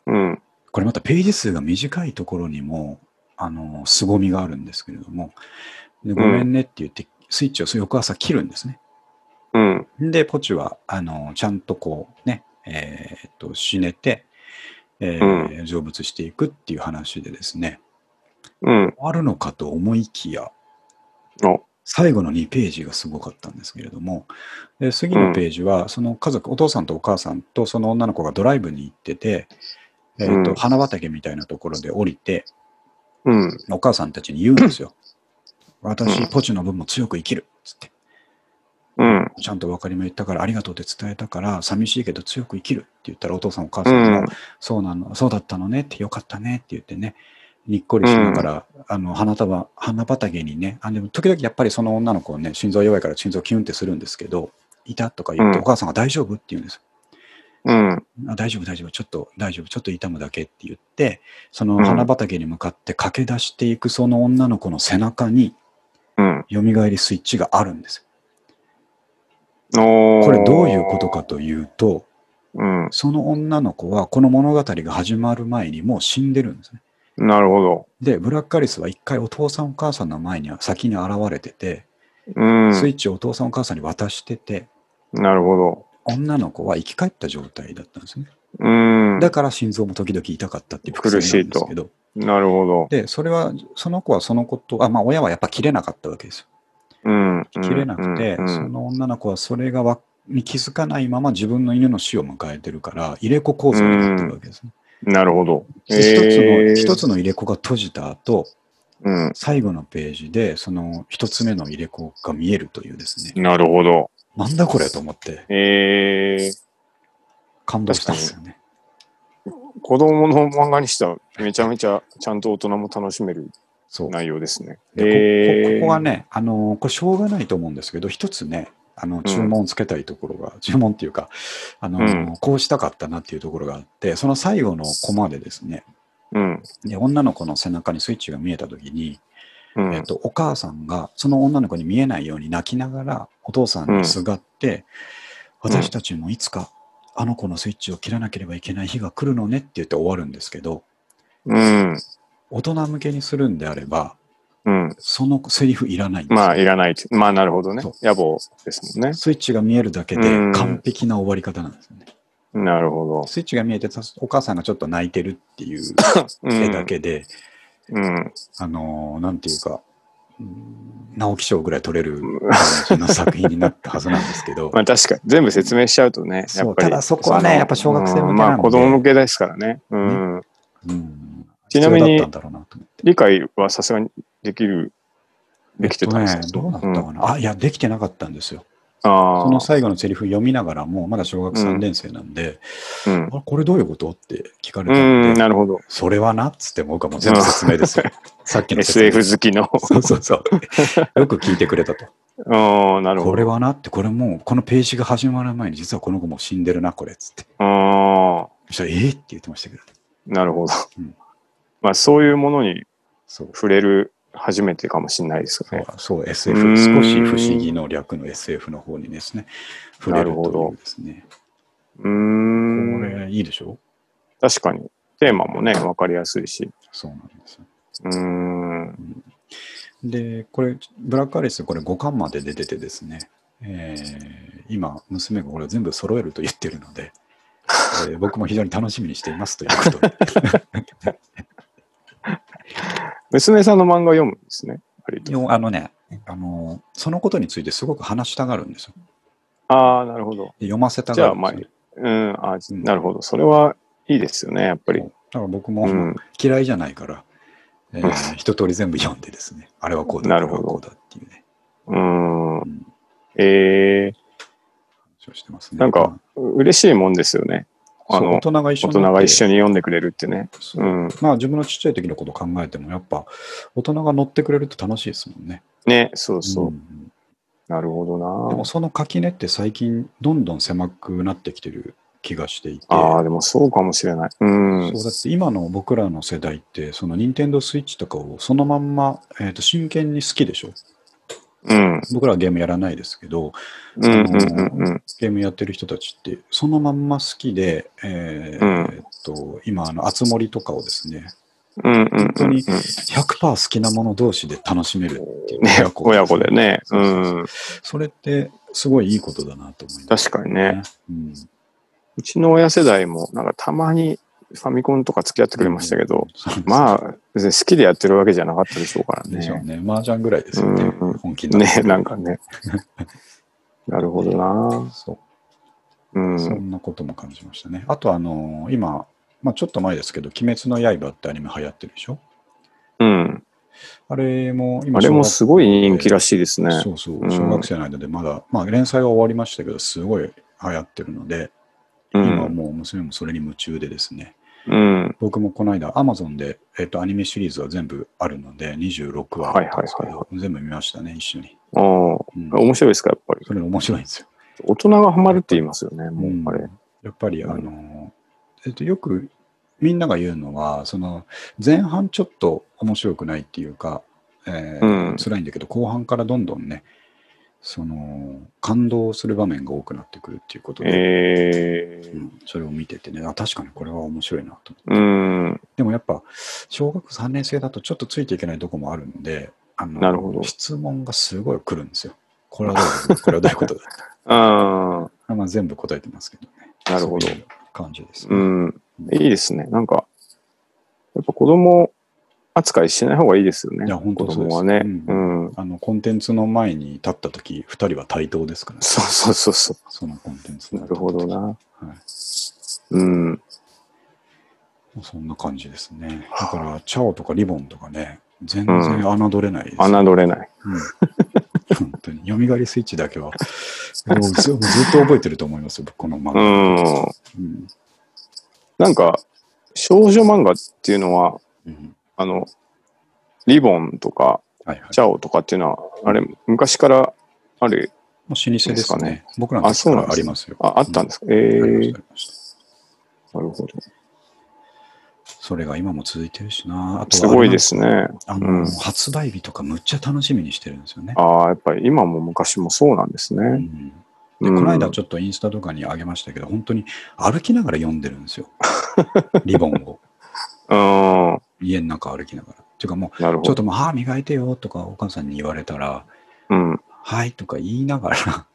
B: うん。
A: これまたページ数が短いところにも、あの、凄みがあるんですけれども、でごめんねって言って、スイッチを翌朝切るんですね。
B: うん。
A: で、ポチは、あの、ちゃんとこう、ね、えーっと、死ねて、えー成仏していくっていう話でですね、
B: うん。
A: 終わるのかと思いきや、
B: お
A: 最後の2ページがすごかったんですけれども、で次のページは、その家族、お父さんとお母さんとその女の子がドライブに行ってて、えーと
B: うん
A: 花畑みたいなところで降りて、
B: うん。
A: お母さんたちに言うんですよ。
B: う
A: 私
B: ん、
A: ポチの分も強く生きるっつって、
B: うん。
A: ちゃんと分かりも言ったから、ありがとうって伝えたから、寂しいけど強く生きるって言ったら、お父さん、お母
B: う
A: さんが、
B: ん。
A: そうなの、そうだったのねって、よかったねって言ってね、にっこりしながら、あの花束、花畑にね、あでも時々やっぱりその女の子ね、心臓弱いから心臓キュンってするんですけど、いたとか言って、
B: うん
A: お母さんが大丈夫って言うんです
B: うん。
A: よ。あ大丈夫、大丈夫、ちょっと大丈夫、ちょっと痛むだけって言って、その
B: うん
A: 花畑に向かって駆け出していくその女の子の背中に、
B: うん。
A: よみがえりスイッチがあるんですよ。
B: お
A: これどういうことかというと、
B: うん。
A: その女の子はこの物語が始まる前にもう死んでるんですね。
B: なるほど。
A: で、ブラックアリスは一回お父さんお母さんの前には先に現れてて、
B: うん。
A: スイッチをお父さんお母さんに渡してて、
B: なるほど。
A: 女の子は生き返った状態だったんですね。
B: うん。
A: だから心臓も時々痛かったっていう伏線なんですけど。
B: なるほど。
A: で、それは、その子はそのこと、あ、まあ親はやっぱ切れなかったわけですよ。
B: うん。
A: 切れなくて、
B: うん
A: その女の子はそれがわに気づかないまま自分の犬の死を迎えてるから、入れ子構造になってるわけですね。
B: なるほど。
A: 一つ
B: え
A: の、
B: ー
A: 一つの入れ子が閉じた後、
B: うん。
A: 最後のページで、その一つ目の入れ子が見えるというですね、
B: なるほど。
A: なんだこれと思って
B: えー、
A: 感動したんですよね。
B: 子供の漫画にしたらめちゃめちゃちゃんと大人も楽しめる
A: そう。
B: 内容ですね。
A: でここここは
B: ね、
A: ね、あのこれしょうがないと思うんですけど、一つね、あの注文つけたいところが、 注文っていうか、あの
B: うん
A: こうしたかったなっていうところがあって、その最後のコマでですね、
B: うん。
A: で女の子の背中にスイッチが見えたときに、
B: うん
A: えっと、お母さんがその女の子に見えないように泣きながらお父さんにすがって、
B: うん
A: 私たちもいつかあの子のスイッチを切らなければいけない日が来るのねって言って終わるんですけど
B: うん。
A: 大人向けにするんであれば
B: うん。
A: そのセリフいらないんですよ
B: まあ、いらないと。まあ、なるほどね
A: そう。
B: 野望ですもんね。
A: スイッチが見えるだけで
B: うん
A: 完璧な終わり方なんですよね。
B: なるほ
A: スイッチが見えてたお母さんがちょっと泣いてるって いう
B: ど。うん
A: 絵だ。けで、
B: うん。
A: あのーなんていうか、うん直木賞ぐらい取れる感じの作品になったはずなんですけ ど、
B: まあ、確かに。全部説明しちゃうとね。
A: そう
B: やっぱり
A: ただそこはね
B: の
A: やっぱ小学生向けなんで
B: うんまあ、子供向けですからね。うん。
A: うん、
B: ちなみに
A: 必要だったんだろうなと思って。
B: 理解はさすがにできる、できてたんです
A: えっ
B: か
A: とね、どうだったかな、あ、いや、できてなかったんですよ。
B: ああ。
A: その最後のセリフ読みながらも、まだ小学3年生なんで、
B: うん。
A: あこれどういうことって聞かれて、
B: うん、なるほど。
A: それはなっつって、僕はもう全部説明ですよ。 さっきの説明
B: SF 好きの。
A: そ うそうそう。よく聞いてくれたと。
B: うん、なるほ
A: こ
B: ど。
A: れはなって、これもう、このページが始まる前に、実はこの子もう死んでるな、これっつって。
B: ああ、
A: そしたら、えー、って言ってましたけど。
B: なるほど
A: うん。
B: まあ、そういうものに
A: そう。
B: 触れる初めてかもしれないです
A: そ
B: よ
A: う
B: ね。
A: そう
B: う
A: SF、
B: ー
A: 少
B: ん
A: し不思議の略の SF の方にですね、触れる
B: な
A: と
B: るほ
A: いう
B: ど
A: ですね。
B: うー
A: こ
B: ん。
A: れいいでしょ
B: 確かに。テーマもね、わかりやすいし。
A: そうなんですよ。
B: うーん。
A: で、これ、ブラックアリス、これ5巻まで出ててですね、えー今、娘がこれ全部揃えると言ってるの で、えー僕も非常に楽しみにしていますということで
B: 娘さんの漫画を読むんですね。割
A: い
B: と
A: やあのね、あの、そのことについてすごく話したがるんですよ。
B: ああ、なるほど。
A: で読ませたがるんですよ
B: じゃあまあうん。あ
A: うん
B: なるほど。それはいいですよね、やっぱり
A: そ。うだから僕
B: う
A: も
B: ん。
A: 嫌いじゃないから、えー
B: う
A: 一通り全部読んでですね、あれはこうだ、
B: な
A: あれ
B: るほ
A: は
B: ど
A: こうだっていうね、
B: うん
A: ん。
B: ええ
A: 話をしてますね。
B: なんか、嬉しいもんですよね。
A: そ
B: あ
A: う大
B: の、
A: 人が一緒
B: 大
A: になって
B: 人が一緒に読んでくれるってね。
A: そう
B: うん。
A: まあ自分のちっちゃい時のこと考えても、やっぱ大人が乗ってくれると楽しいですもんね。
B: ね、そうそうう。
A: ん
B: なるほどな。
A: でもその垣根って最近どんどん狭くなってきてる気がしていて、
B: ああ、でもそうかもしれない。うん。
A: そうだって今の僕らの世代って、その任天堂スイッチとかをそのまんま、えー、と真剣に好きでしょ。
B: うん。
A: 僕らはゲームやらないですけど、
B: うんうんうんうん。
A: ゲームやってる人たちって、そのまんま好きで、えー
B: うん
A: えーっと今、あの、熱森とかをですね、
B: うんうん
A: 本当
B: うんう
A: に
B: ん。
A: 100%好きなもの同士で楽しめるっていう、
B: ね、親子でね。。
A: そううそうそうんそれって、すごいいいことだなと思います、
B: 確かにね。。
A: うん、
B: うちの親世代も、なんかたまにファミコンとか付き合ってくれましたけど、
A: そうですね、
B: まあ、別に好きでやってるわけじゃなかったでしょうから
A: でしょう
B: ね。
A: ね。麻雀ぐらいですよね。
B: うんうん
A: 本気になって
B: ね、なんかね。 なるほどな。
A: そうう。そ
B: ん。
A: んなことも感じましたね。あと、あのー今、まあ、ちょっと前ですけど、鬼滅の刃ってアニメ流行ってるでしょ
B: うん。
A: あれも今、
B: あれもすごい人気らしいですね。
A: そうそうう、
B: ん
A: 小学生の間でまだ、まあ連載は終わりましたけど、すごい流行ってるので、
B: う
A: 今
B: ん。
A: もう娘もそれに夢中でですね、
B: うん。
A: 僕もこの間、アマゾンで、えっと、アニメシリーズは全部あるので、26話あったんですけ
B: はいはい
A: ど、全部見ましたね、一緒に。
B: ああ、
A: うん
B: 面白いですか、やっぱり。
A: それ面白いんですよ。
B: 大人がハマるって言いますよね、もうあ
A: う
B: れ
A: ん。やっぱり、あ
B: うん
A: の、えっと、よくみんなが言うのは、その、前半ちょっと面白くないっていうか、えー
B: うん
A: 辛いんだけど、後半からどんどんね、その、感動する場面が多くなってくるっていうことで、
B: ええ
A: うんそれを見ててね、あ、確かにこれは面白いなと思って。
B: うん。
A: でもやっぱ、小学3年生だとちょっとついていけないとこもあるんで、あの
B: なるほど
A: 質問がすごい来るんですよ。これはどういうことだこれはどういう ことだ
B: あ
A: あまあ全部答えてますけどね。
B: あ、なるほど
A: そ。ういう感じです、
B: う
A: ね。
B: ん。いいですね。なんか、やっぱ子供扱いしない方がいいですよね。
A: いや本当
B: 子供は
A: そうで
B: ね
A: す。う
B: うん。
A: あの、コンテンツの前に立ったとき、2人は対等ですからね、
B: そうそうそうそ
A: そのコンテンツ
B: う。
A: の
B: なるほどな。
A: はい。
B: うん。
A: そんな感じですね。だから、チャオとかリボンとかね、全然侮れないです。
B: 侮れない。
A: うん本当に。よみがりスイッチだけは、もうず もうずっと覚えてると思いますよ、僕この漫
B: う
A: 画。
B: ん。
A: うん
B: なんか、少女漫画っていうのは、
A: うん
B: あの、リボンとか、
A: はいはい。
B: チャオとかっていうのは、あれ、昔からある、
A: もう老舗ですね。
B: ですかね
A: 僕らの
B: あ
A: 時
B: そ
A: か
B: うなん
A: ら
B: です
A: ありますよ。
B: ああったんですか、え
A: ありま
B: ー、
A: したありました
B: なるほど。
A: それが今も続いてるしな。あとは
B: すごいですね。
A: あの、
B: うん
A: 発売日とかむっちゃ楽しみにしてるんですよね。
B: ああ、やっぱり今も昔もそうなんです
A: う
B: ね。
A: ん
B: う
A: で
B: ん、
A: この間ちょっとインスタとかにあげましたけど、本当に歩きながら読んでるんですよ。リボンを。
B: うん、
A: 家の中歩きながら。っていうかも
B: なる
A: う、ちょ
B: ほ
A: っ
B: ど。
A: ともう歯磨いてよとかお母さんに言われたら、
B: うん、
A: はいとか言いながら、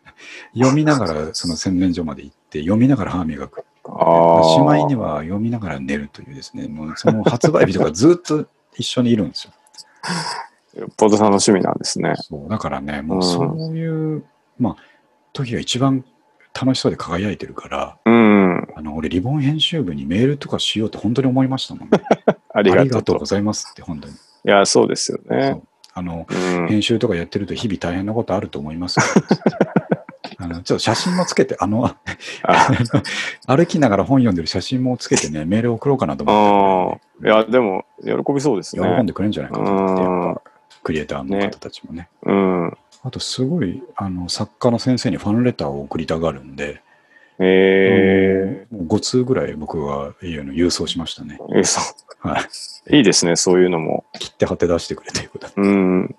A: 読みながらその洗面所まで行って、読みながら歯磨く。
B: ああ。
A: しまいには読みながら寝るというですね、もうその発売日とかずっと一緒にいるんです よ。
B: よっぽど楽しみなんですね。
A: そうだからね、もうそういう、まあ、時が一番楽しそうで輝いてるから、
B: うん、
A: あの俺、リボン編集部にメールとかしようって本当に思いましたもんね。
B: あ
A: あ
B: りがとう。
A: りがとうございますって、本当に。
B: いや、そうですよね。
A: あの、
B: うん、
A: 編集とかやってると日々大変なことあると思います よあのちょっと写真もつけて、あの、
B: あ
A: 歩きながら本読んでる写真もつけてね、メール送ろうかなと思
B: あ
A: って、
B: ー。いや、でも、喜びそうですね。
A: 喜んでくれるんじゃないかと思って、やっぱクリエイターの
B: ね
A: 方たちもね。
B: うん。
A: あと、すごい、あの、作家の先生にファンレターを送りたがるんで、
B: え
A: もう5通ぐらい僕はあの郵送しましたね。
B: ー、えそ
A: は
B: ういいですね、そういうのも。
A: い。切って貼って出してくれということで
B: うん。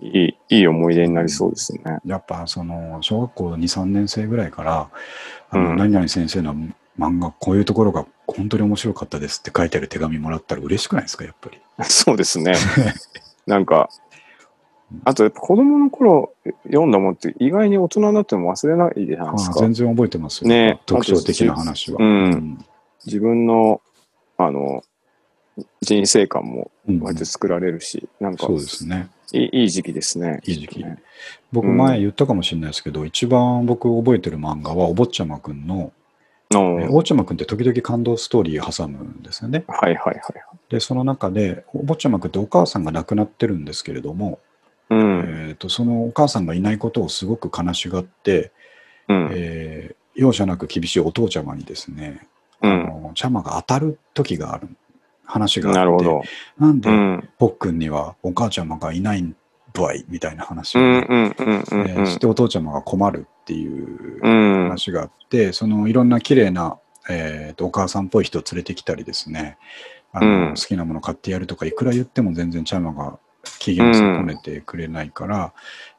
B: いい、いい思い出になりそうですね。
A: やっぱ、その、小学校2、3年生ぐらいから、あの、
B: うん
A: 何々先生の漫画、こういうところが本当に面白かったですって書いてある手紙もらったら嬉しくないですか、やっぱり。
B: そうです ね。なんか、あとやっぱ子供の頃読んだもんって意外に大人になっても忘れないじゃないです
A: あ
B: か。
A: 全然覚えてますよ。
B: ね
A: 特徴的な話は。
B: うん
A: うん
B: 自分の、あの、人生観も
A: うん
B: 割と作られるし、なんか
A: そうですね。
B: いい、いい時期ですね。
A: いい時期
B: ね
A: 僕
B: うん
A: 前言ったかもしれないですけど、一番僕覚えてる漫画はお坊ちゃまくんの、
B: の
A: えお坊ちゃまくんって時々感動ストーリー挟むんですよね。
B: はいはいはい。
A: で、その中で、お坊ちゃまくんってお母さんが亡くなってるんですけれども、
B: うん。
A: えー、とそのお母さんがいないことをすごく悲しがって、
B: うん。
A: えー容赦なく厳しいお父ちゃまにですね、
B: う
A: あ
B: ん。
A: のちゃまが当たる時がある話があって
B: なるほど。
A: なんで
B: うん。
A: ぽっくんにはお母ちゃまがいないんばいみたいな話
B: う
A: を
B: ん
A: ね、
B: うんうんう
A: えーし
B: ん
A: てお父ちゃまが困るっていう
B: うん。うん。
A: 話があって、そのいろんな綺麗な、えー、とお母さんっぽい人を連れてきたりですねあの、
B: う
A: 好
B: ん
A: きなもの買ってやるとかいくら言っても全然チャマが期限を損ねてくれないから、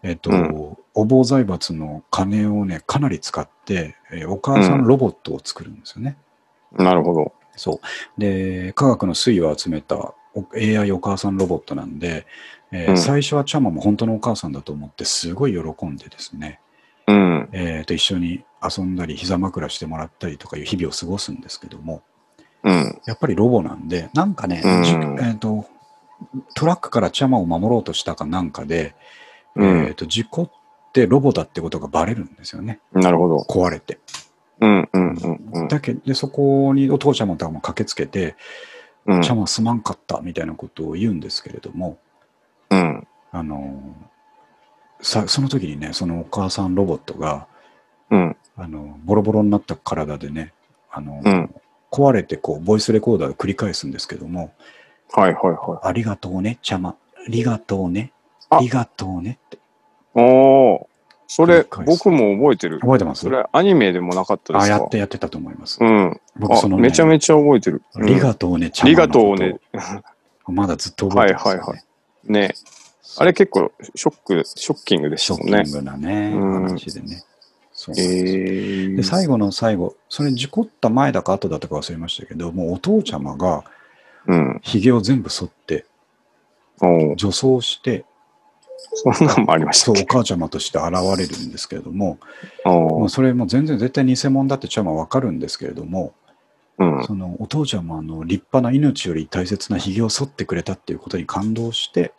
A: えっと
B: うん
A: お坊財閥の金をねかなり使って、えーお母さんロボットを作るんですよね。
B: なるほど。
A: そうで科学の粋を集めたお AI お母さんロボットなんで、えー
B: うん
A: 最初はチャマも本当のお母さんだと思ってすごい喜んでですね、
B: うん。
A: えーと一緒に遊んだり膝枕してもらったりとかいう日々を過ごすんですけども
B: うん。
A: やっぱりロボなんでなんかね、
B: うん
A: じえー、とトラックからチャマを守ろうとしたかなんかで、
B: うん
A: えーと事故ってロボだってことがバレるんですよね
B: なるほど。
A: 壊れて。
B: うんうんうん
A: だけどそこにお父ちゃまとかも駆けつけて
B: う
A: 「
B: ん。
A: チャマすまんかった」みたいなことを言うんですけれども、
B: うん。
A: あのさその時にねそのお母さんロボットが
B: うん。
A: あのボロボロになった体でねあの、
B: うん
A: 壊れてこうボイスレコーダーを繰り返すんですけども
B: はいはい
A: 「
B: は
A: ありがとうねちゃまありがとうね
B: あ
A: ありがとうね」って
B: い。おお。それ、僕も覚えてる。
A: 覚えてます
B: それ、アニメでもなかったですか
A: あやってやってたと思います、
B: うん。
A: 僕
B: あ
A: その、ね、
B: めちゃめちゃ覚えてる。
A: ありがとうねちゃ
B: あ
A: ま
B: り
A: の
B: が
A: ことを
B: うね。
A: まだずっと覚えてますよ、ね
B: はいはいはね。あれ結構ショック、ショッキングでし
A: シ
B: た
A: ョッ
B: もんね
A: キン。グなね、
B: うん
A: 話でねそうなんですよ
B: ええ。
A: で最
B: 後。
A: 後の最後それ事故った前だか後だったか忘れましたけどもうお父ちゃまが
B: うん。
A: ひげを全部剃って
B: お
A: 女装して
B: お。そんなんもありました
A: そ
B: っ
A: う
B: け
A: お母ちゃまとして現れるんですけれども、
B: お
A: も
B: お
A: う。それも全然絶対偽物だってちゃまわかるんですけれども、
B: うん。
A: そのお父ちゃまの立派な命より大切なひげを剃ってくれたっていうことに感動して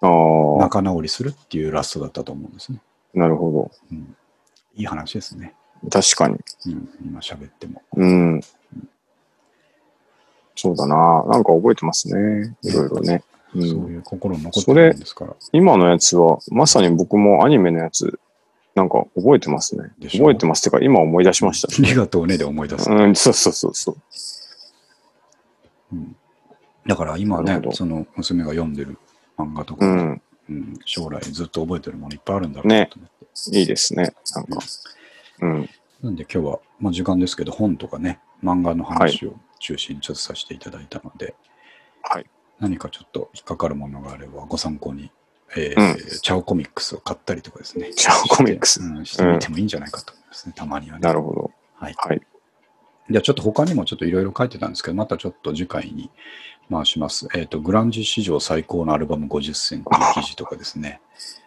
B: ああ。
A: 仲直りするっていうラストだったと思うんですね。
B: なるほ
A: うん、いい話ですね、
B: ど。確かに。
A: うん、今喋っても。
B: うん。そうだな。なんか覚えてますね。いろいろね。う、
A: そうんいう心に残ってるんですから。
B: 今のやつは、まさに僕もアニメのやつ、なんか覚えてますね。
A: でしょ
B: 覚えてますってか、今思い出しました。
A: ありが とうねで思い出す。
B: うん、そうそうそうそう。
A: うんだから今ね
B: なるほ、ど
A: その娘が読んでる漫画と
B: う
A: か、
B: ん、
A: うん将来ずっと覚えてるものいっぱいあるんだろうな
B: ね
A: と思って。
B: いいですね。なんか。うん。
A: なんで今日は、まあ、時間ですけど、本とかね、漫画の話を中心にちょっとさせていただいたので、
B: はい
A: 何かちょっと引っかかるものがあればご参考に、えーチャオコミックスを買ったりとかですね。
B: チャオコミックス
A: してうんしてみてもいいんじゃないかと思いますね、たまにはね。
B: なるほど。
A: はい。
B: はい。
A: じゃあちょっと他にもちょっといろいろ書いてたんですけど、またちょっと次回に回します。えっ、と、グランジ史上最高のアルバム50選 この記事とかですね。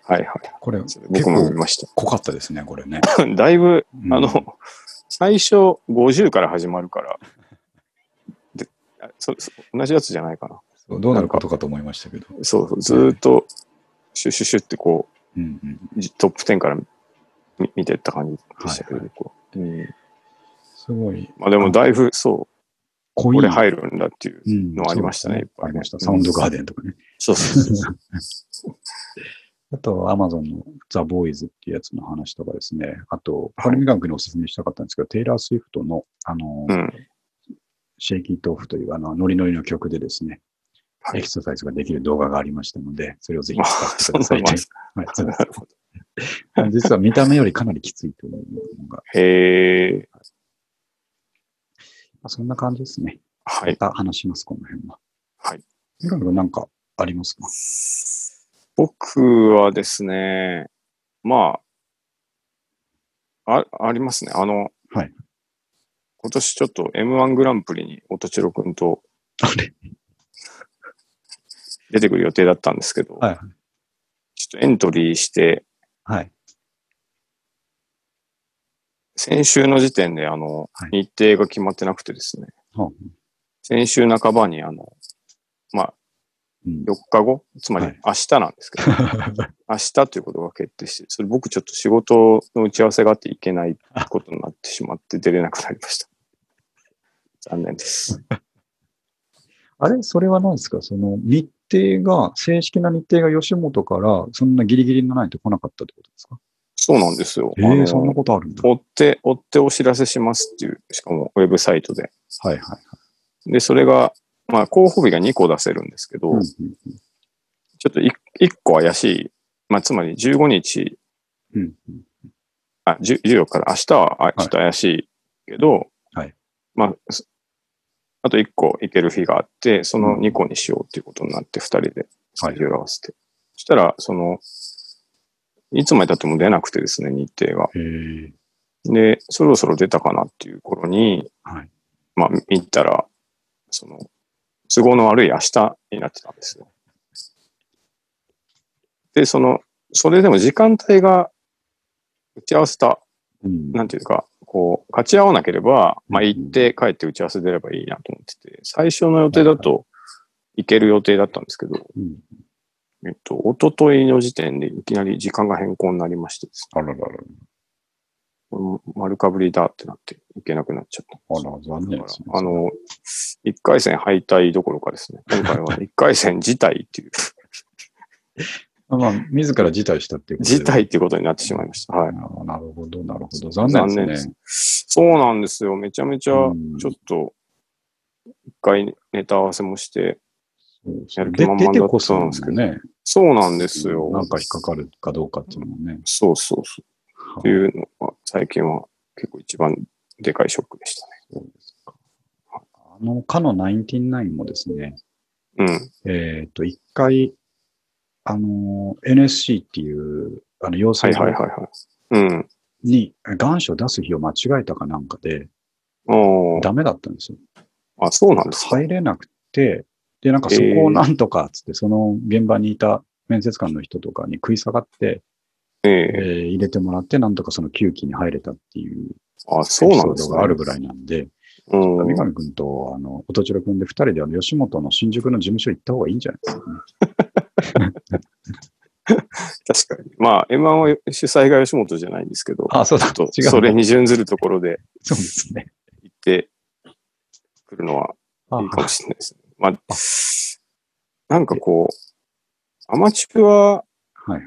B: はいはい。
A: これ、結
B: 僕も見
A: 構
B: まし
A: 濃かったですね、これね。
B: た。だいぶ、
A: うん
B: あの、最初50から始まるから。であそそ同じやつじゃないかな。
A: そうどうなることかと思いましたけど。
B: そうそう。ずーっと、シュッシュッシュッってこ
A: うんうん。
B: う、じトップ10から見見てった感じでしたけど、
A: はい
B: こううん
A: すごい、
B: まあでもだいぶ、そう、
A: 濃い。
B: これ入るんだっていう。
A: うん
B: のありました
A: そう
B: ねい
A: で
B: っ
A: す
B: ぱいね
A: ありました。サウンドガーデンとかね。
B: そうそうそうそう。
A: あと、アマゾンのザ・ボーイズっていうやつの話とかですね。あと、ハルミガンクにお勧めしたかったんですけど、テイラー・スウィフトの、あの、
B: うん。
A: シェイキートーフというあの、ノリノリの曲でですね、
B: はい
A: エクササイズができる動画がありましたので、それをぜひ
B: まあ
A: 使ってください、ね。はいそうで
B: な
A: す
B: るほど。
A: 実は見た目よりかなりきついというのが、
B: へえ。
A: まあ、そんな感じですね。
B: は
A: ま
B: い。
A: た話します、この辺は。
B: はい。
A: 三上君なんかありますか
B: 僕はですね、まあ、あ、ありますね。あの、
A: はい
B: 今年ちょっと M1 グランプリに音千代くんと
A: あれ
B: 出てくる予定だったんですけど、
A: はい
B: ちょっとエントリーして、
A: はい。
B: 先週の時点であの、
A: はい
B: 日程が決まってなくてですね、
A: はあ
B: 先週半ばにあの、まあ、
A: うん
B: 4日後、つまり
A: はい
B: 明日なんです けど、明日ということが決定して、それ僕ちょっと仕事の打ち合わせがあっていけないことになってしまって出れなくなりました。残念です。
A: あれそれは何ですかその日程が、正式な日程が吉本からそんなギリギリのないと来なかったってことですか
B: そうなんですよ。
A: え
B: あ
A: え
B: の
A: そんなことあるんだ。
B: 追って、追ってお知らせしますっていう、しかもウェブサイトで。
A: はいはい。
B: で、それが、まあ、候補日が2個出せるんですけど、
A: うんうん
B: ちょっと 1, 個怪しい、まあ、つまり15日、
A: うんうん
B: あ、10 14日から明日はあちょっと怪しいけど、
A: はい
B: まあ、すあと1個行ける日があって、その2個にしようっていうことになって、2人でスケジュール合わせて。そしたら、その、いつまでたっても出なくてですね、日程が。
A: ええ
B: で、そろそろ出たかなっていう頃に、
A: はい
B: まあ、見たら、その、都合の悪い明日になってたんですよ。で、その、それでも時間帯が打ち合わせた、
A: うん
B: なんていうか、こう、勝ち合わなければ、まあ、行って帰って打ち合わせ出ればいいなと思ってて、最初の予定だと、行ける予定だったんですけど、
A: うん
B: えっと、一昨日の時点でいきなり時間が変更になりましてですね
A: あらららら。
B: これも丸かぶりだってなって、行けなくなっちゃった。
A: あら、残
B: だ
A: 念
B: か
A: ですね。
B: ら、あの、一回戦敗退どころかですね、今回は一回戦辞退っていう、
A: まあ、自ら辞退したっていうこと
B: 辞
A: で。
B: 退っていうことになってしまいました。はい。
A: ああなるほど、なるほど。残念ですね。
B: す。そうなんですよ。めちゃめちゃ
A: うん、
B: ちょっと、一回ネタ合わせもして、
A: そうそ
B: や
A: う
B: る気
A: で
B: 満々だ
A: 出
B: った
A: てこそなんですけどね。
B: そうなんですよ。
A: なんか引っかかるかどうかっていうのもね。
B: そうそうそう。って
A: はい
B: いうのが、最近は結構一番でかいショックでした
A: そうですかあの、かの99もですね、
B: ね。うん。
A: えっ、と、一回、あの、NSC っていう、あの、要請
B: はいはいはいはい。うん。
A: に、願書を出す日を間違えたかなんかで、
B: おー
A: ダメだったんですよ。
B: あ、そうなんですか。
A: 入れなくて、で、なんかそこをなんとかっつって、その現場にいた面接官の人とかに食い下がって、
B: え
A: え
B: え
A: ー入れてもらって、なんとかその9期に入れたっていう
B: あ、
A: エ
B: そう
A: ピ
B: な
A: ソ
B: ん
A: ー
B: です
A: ド
B: ね
A: があるぐらいなんで、
B: うん。
A: 三上君と、あの、音千代君で二人で、あの、吉本の新宿の事務所行った方がいいんじゃないですかね。
B: 確かに。まあ、M1 は主催が吉本じゃないんですけど、
A: あ、そうだ、
B: ちょっ
A: 違う。
B: とそれに準ずるところで
A: そうですね。
B: 行ってくるのはいいかもしれないですね。まあ、なんかこう、アマチュア
A: はい。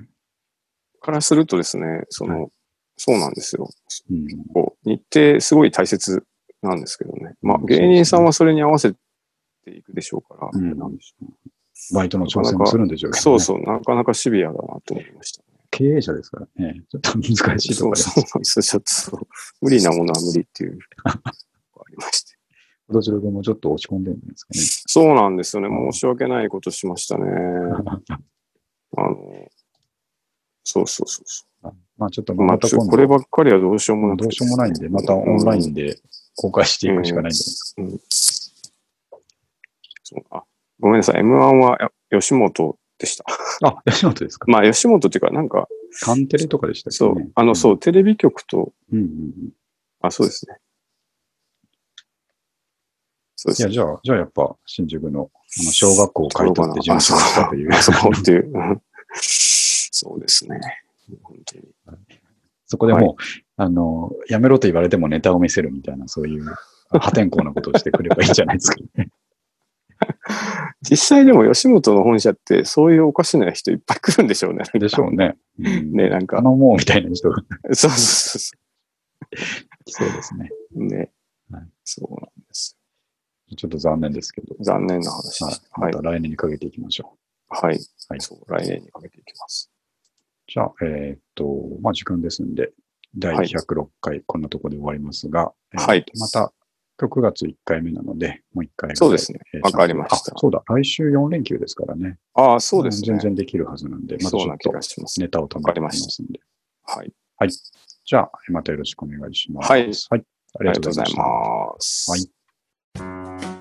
B: からするとですね、その、
A: は
B: そうなんですよ。
A: うん。
B: こう、日程すごい大切なんですけどね。まあ、
A: うん
B: 芸人さんはそれに合わせていくでしょうから、
A: うん
B: なんでしょう
A: バイトの挑戦もするんでしょうけど、ね。
B: そうそう、なかなかシビアだなと思いました。
A: 経営者ですからね。ちょっと難しいと
B: そ
A: ころ
B: う
A: です。
B: そうなんですちょっと、無理なものは無理っ ていう、ありまして。
A: どちら君もちょっと落ち込んでるんじゃないです
B: そうなんですよね。
A: うん
B: 申し訳ないことしましたね。
A: かね。
B: あの、そうそうそうそ
A: まあちょっと
B: う。ま
A: ま
B: あ、
A: た
B: ち
A: 今
B: ょ
A: 度
B: こればっかりはどうしようもなく
A: ど
B: て
A: うしようもないんで、またオンラインで公開していくしかないんじ
B: うんうんそうあごめんなさい。M1 はや吉本でした。
A: ゃないですか。あ、吉本ですか。
B: まあ、吉本っていうか、なんか、
A: カンテレとかでしたっけ
B: そ
A: ね、
B: う、あの、そう、テレビ局と、
A: うん。うんうんうん。
B: あ、そうですね。そうで
A: い
B: す
A: や、
B: ね。
A: じゃあ、じゃあやっぱ新宿のあの小学校を買い取って事務所にしたという
B: あ、。そこっていう。 うんそうですね。本当に。
A: そこでもう、あの、やめろと言われてもネタを見せるみたいな、そういう破天荒なことをしてくればいいんじゃないです か。
B: 実際でも吉本の本社って、そういうおかしな人いっぱい来るんでしょうね。
A: でしょうね。うん
B: ね、なん
A: あ
B: か。
A: のもうみたいな人が
B: そうそうそうそ
A: 来そうですね。
B: う。ね
A: はい。
B: そうなんです。
A: ちょっと残念ですけど。
B: 残念な話で
A: はい
B: し。た。は
A: ま
B: い
A: た。来年にかけていきましょう。
B: はい。
A: はい
B: そう、来年にかけていきます。
A: じゃあ、えーっと、まあ、時間ですんで、第
B: はい
A: 106回、こんなところで終わりますが、えー
B: はい
A: また、9月1回目なので、もう1回ぐらい
B: そうですね。
A: えー
B: わかりました
A: あそうだ、来週4連休ですからね。
B: ああ、そうです
A: あ
B: ね
A: の全。然できるはずなんで、またち
B: そう
A: ょ
B: な
A: っ
B: 気
A: と
B: がします。
A: ネタを溜めておきますんで。
B: はい。
A: じゃあ、またよろしくお願いします。
B: は
A: は
B: い
A: い、あ
B: あ
A: りが
B: りが
A: とうご
B: とうご
A: ざ
B: ざ
A: い
B: い
A: ました。
B: ます。
A: はい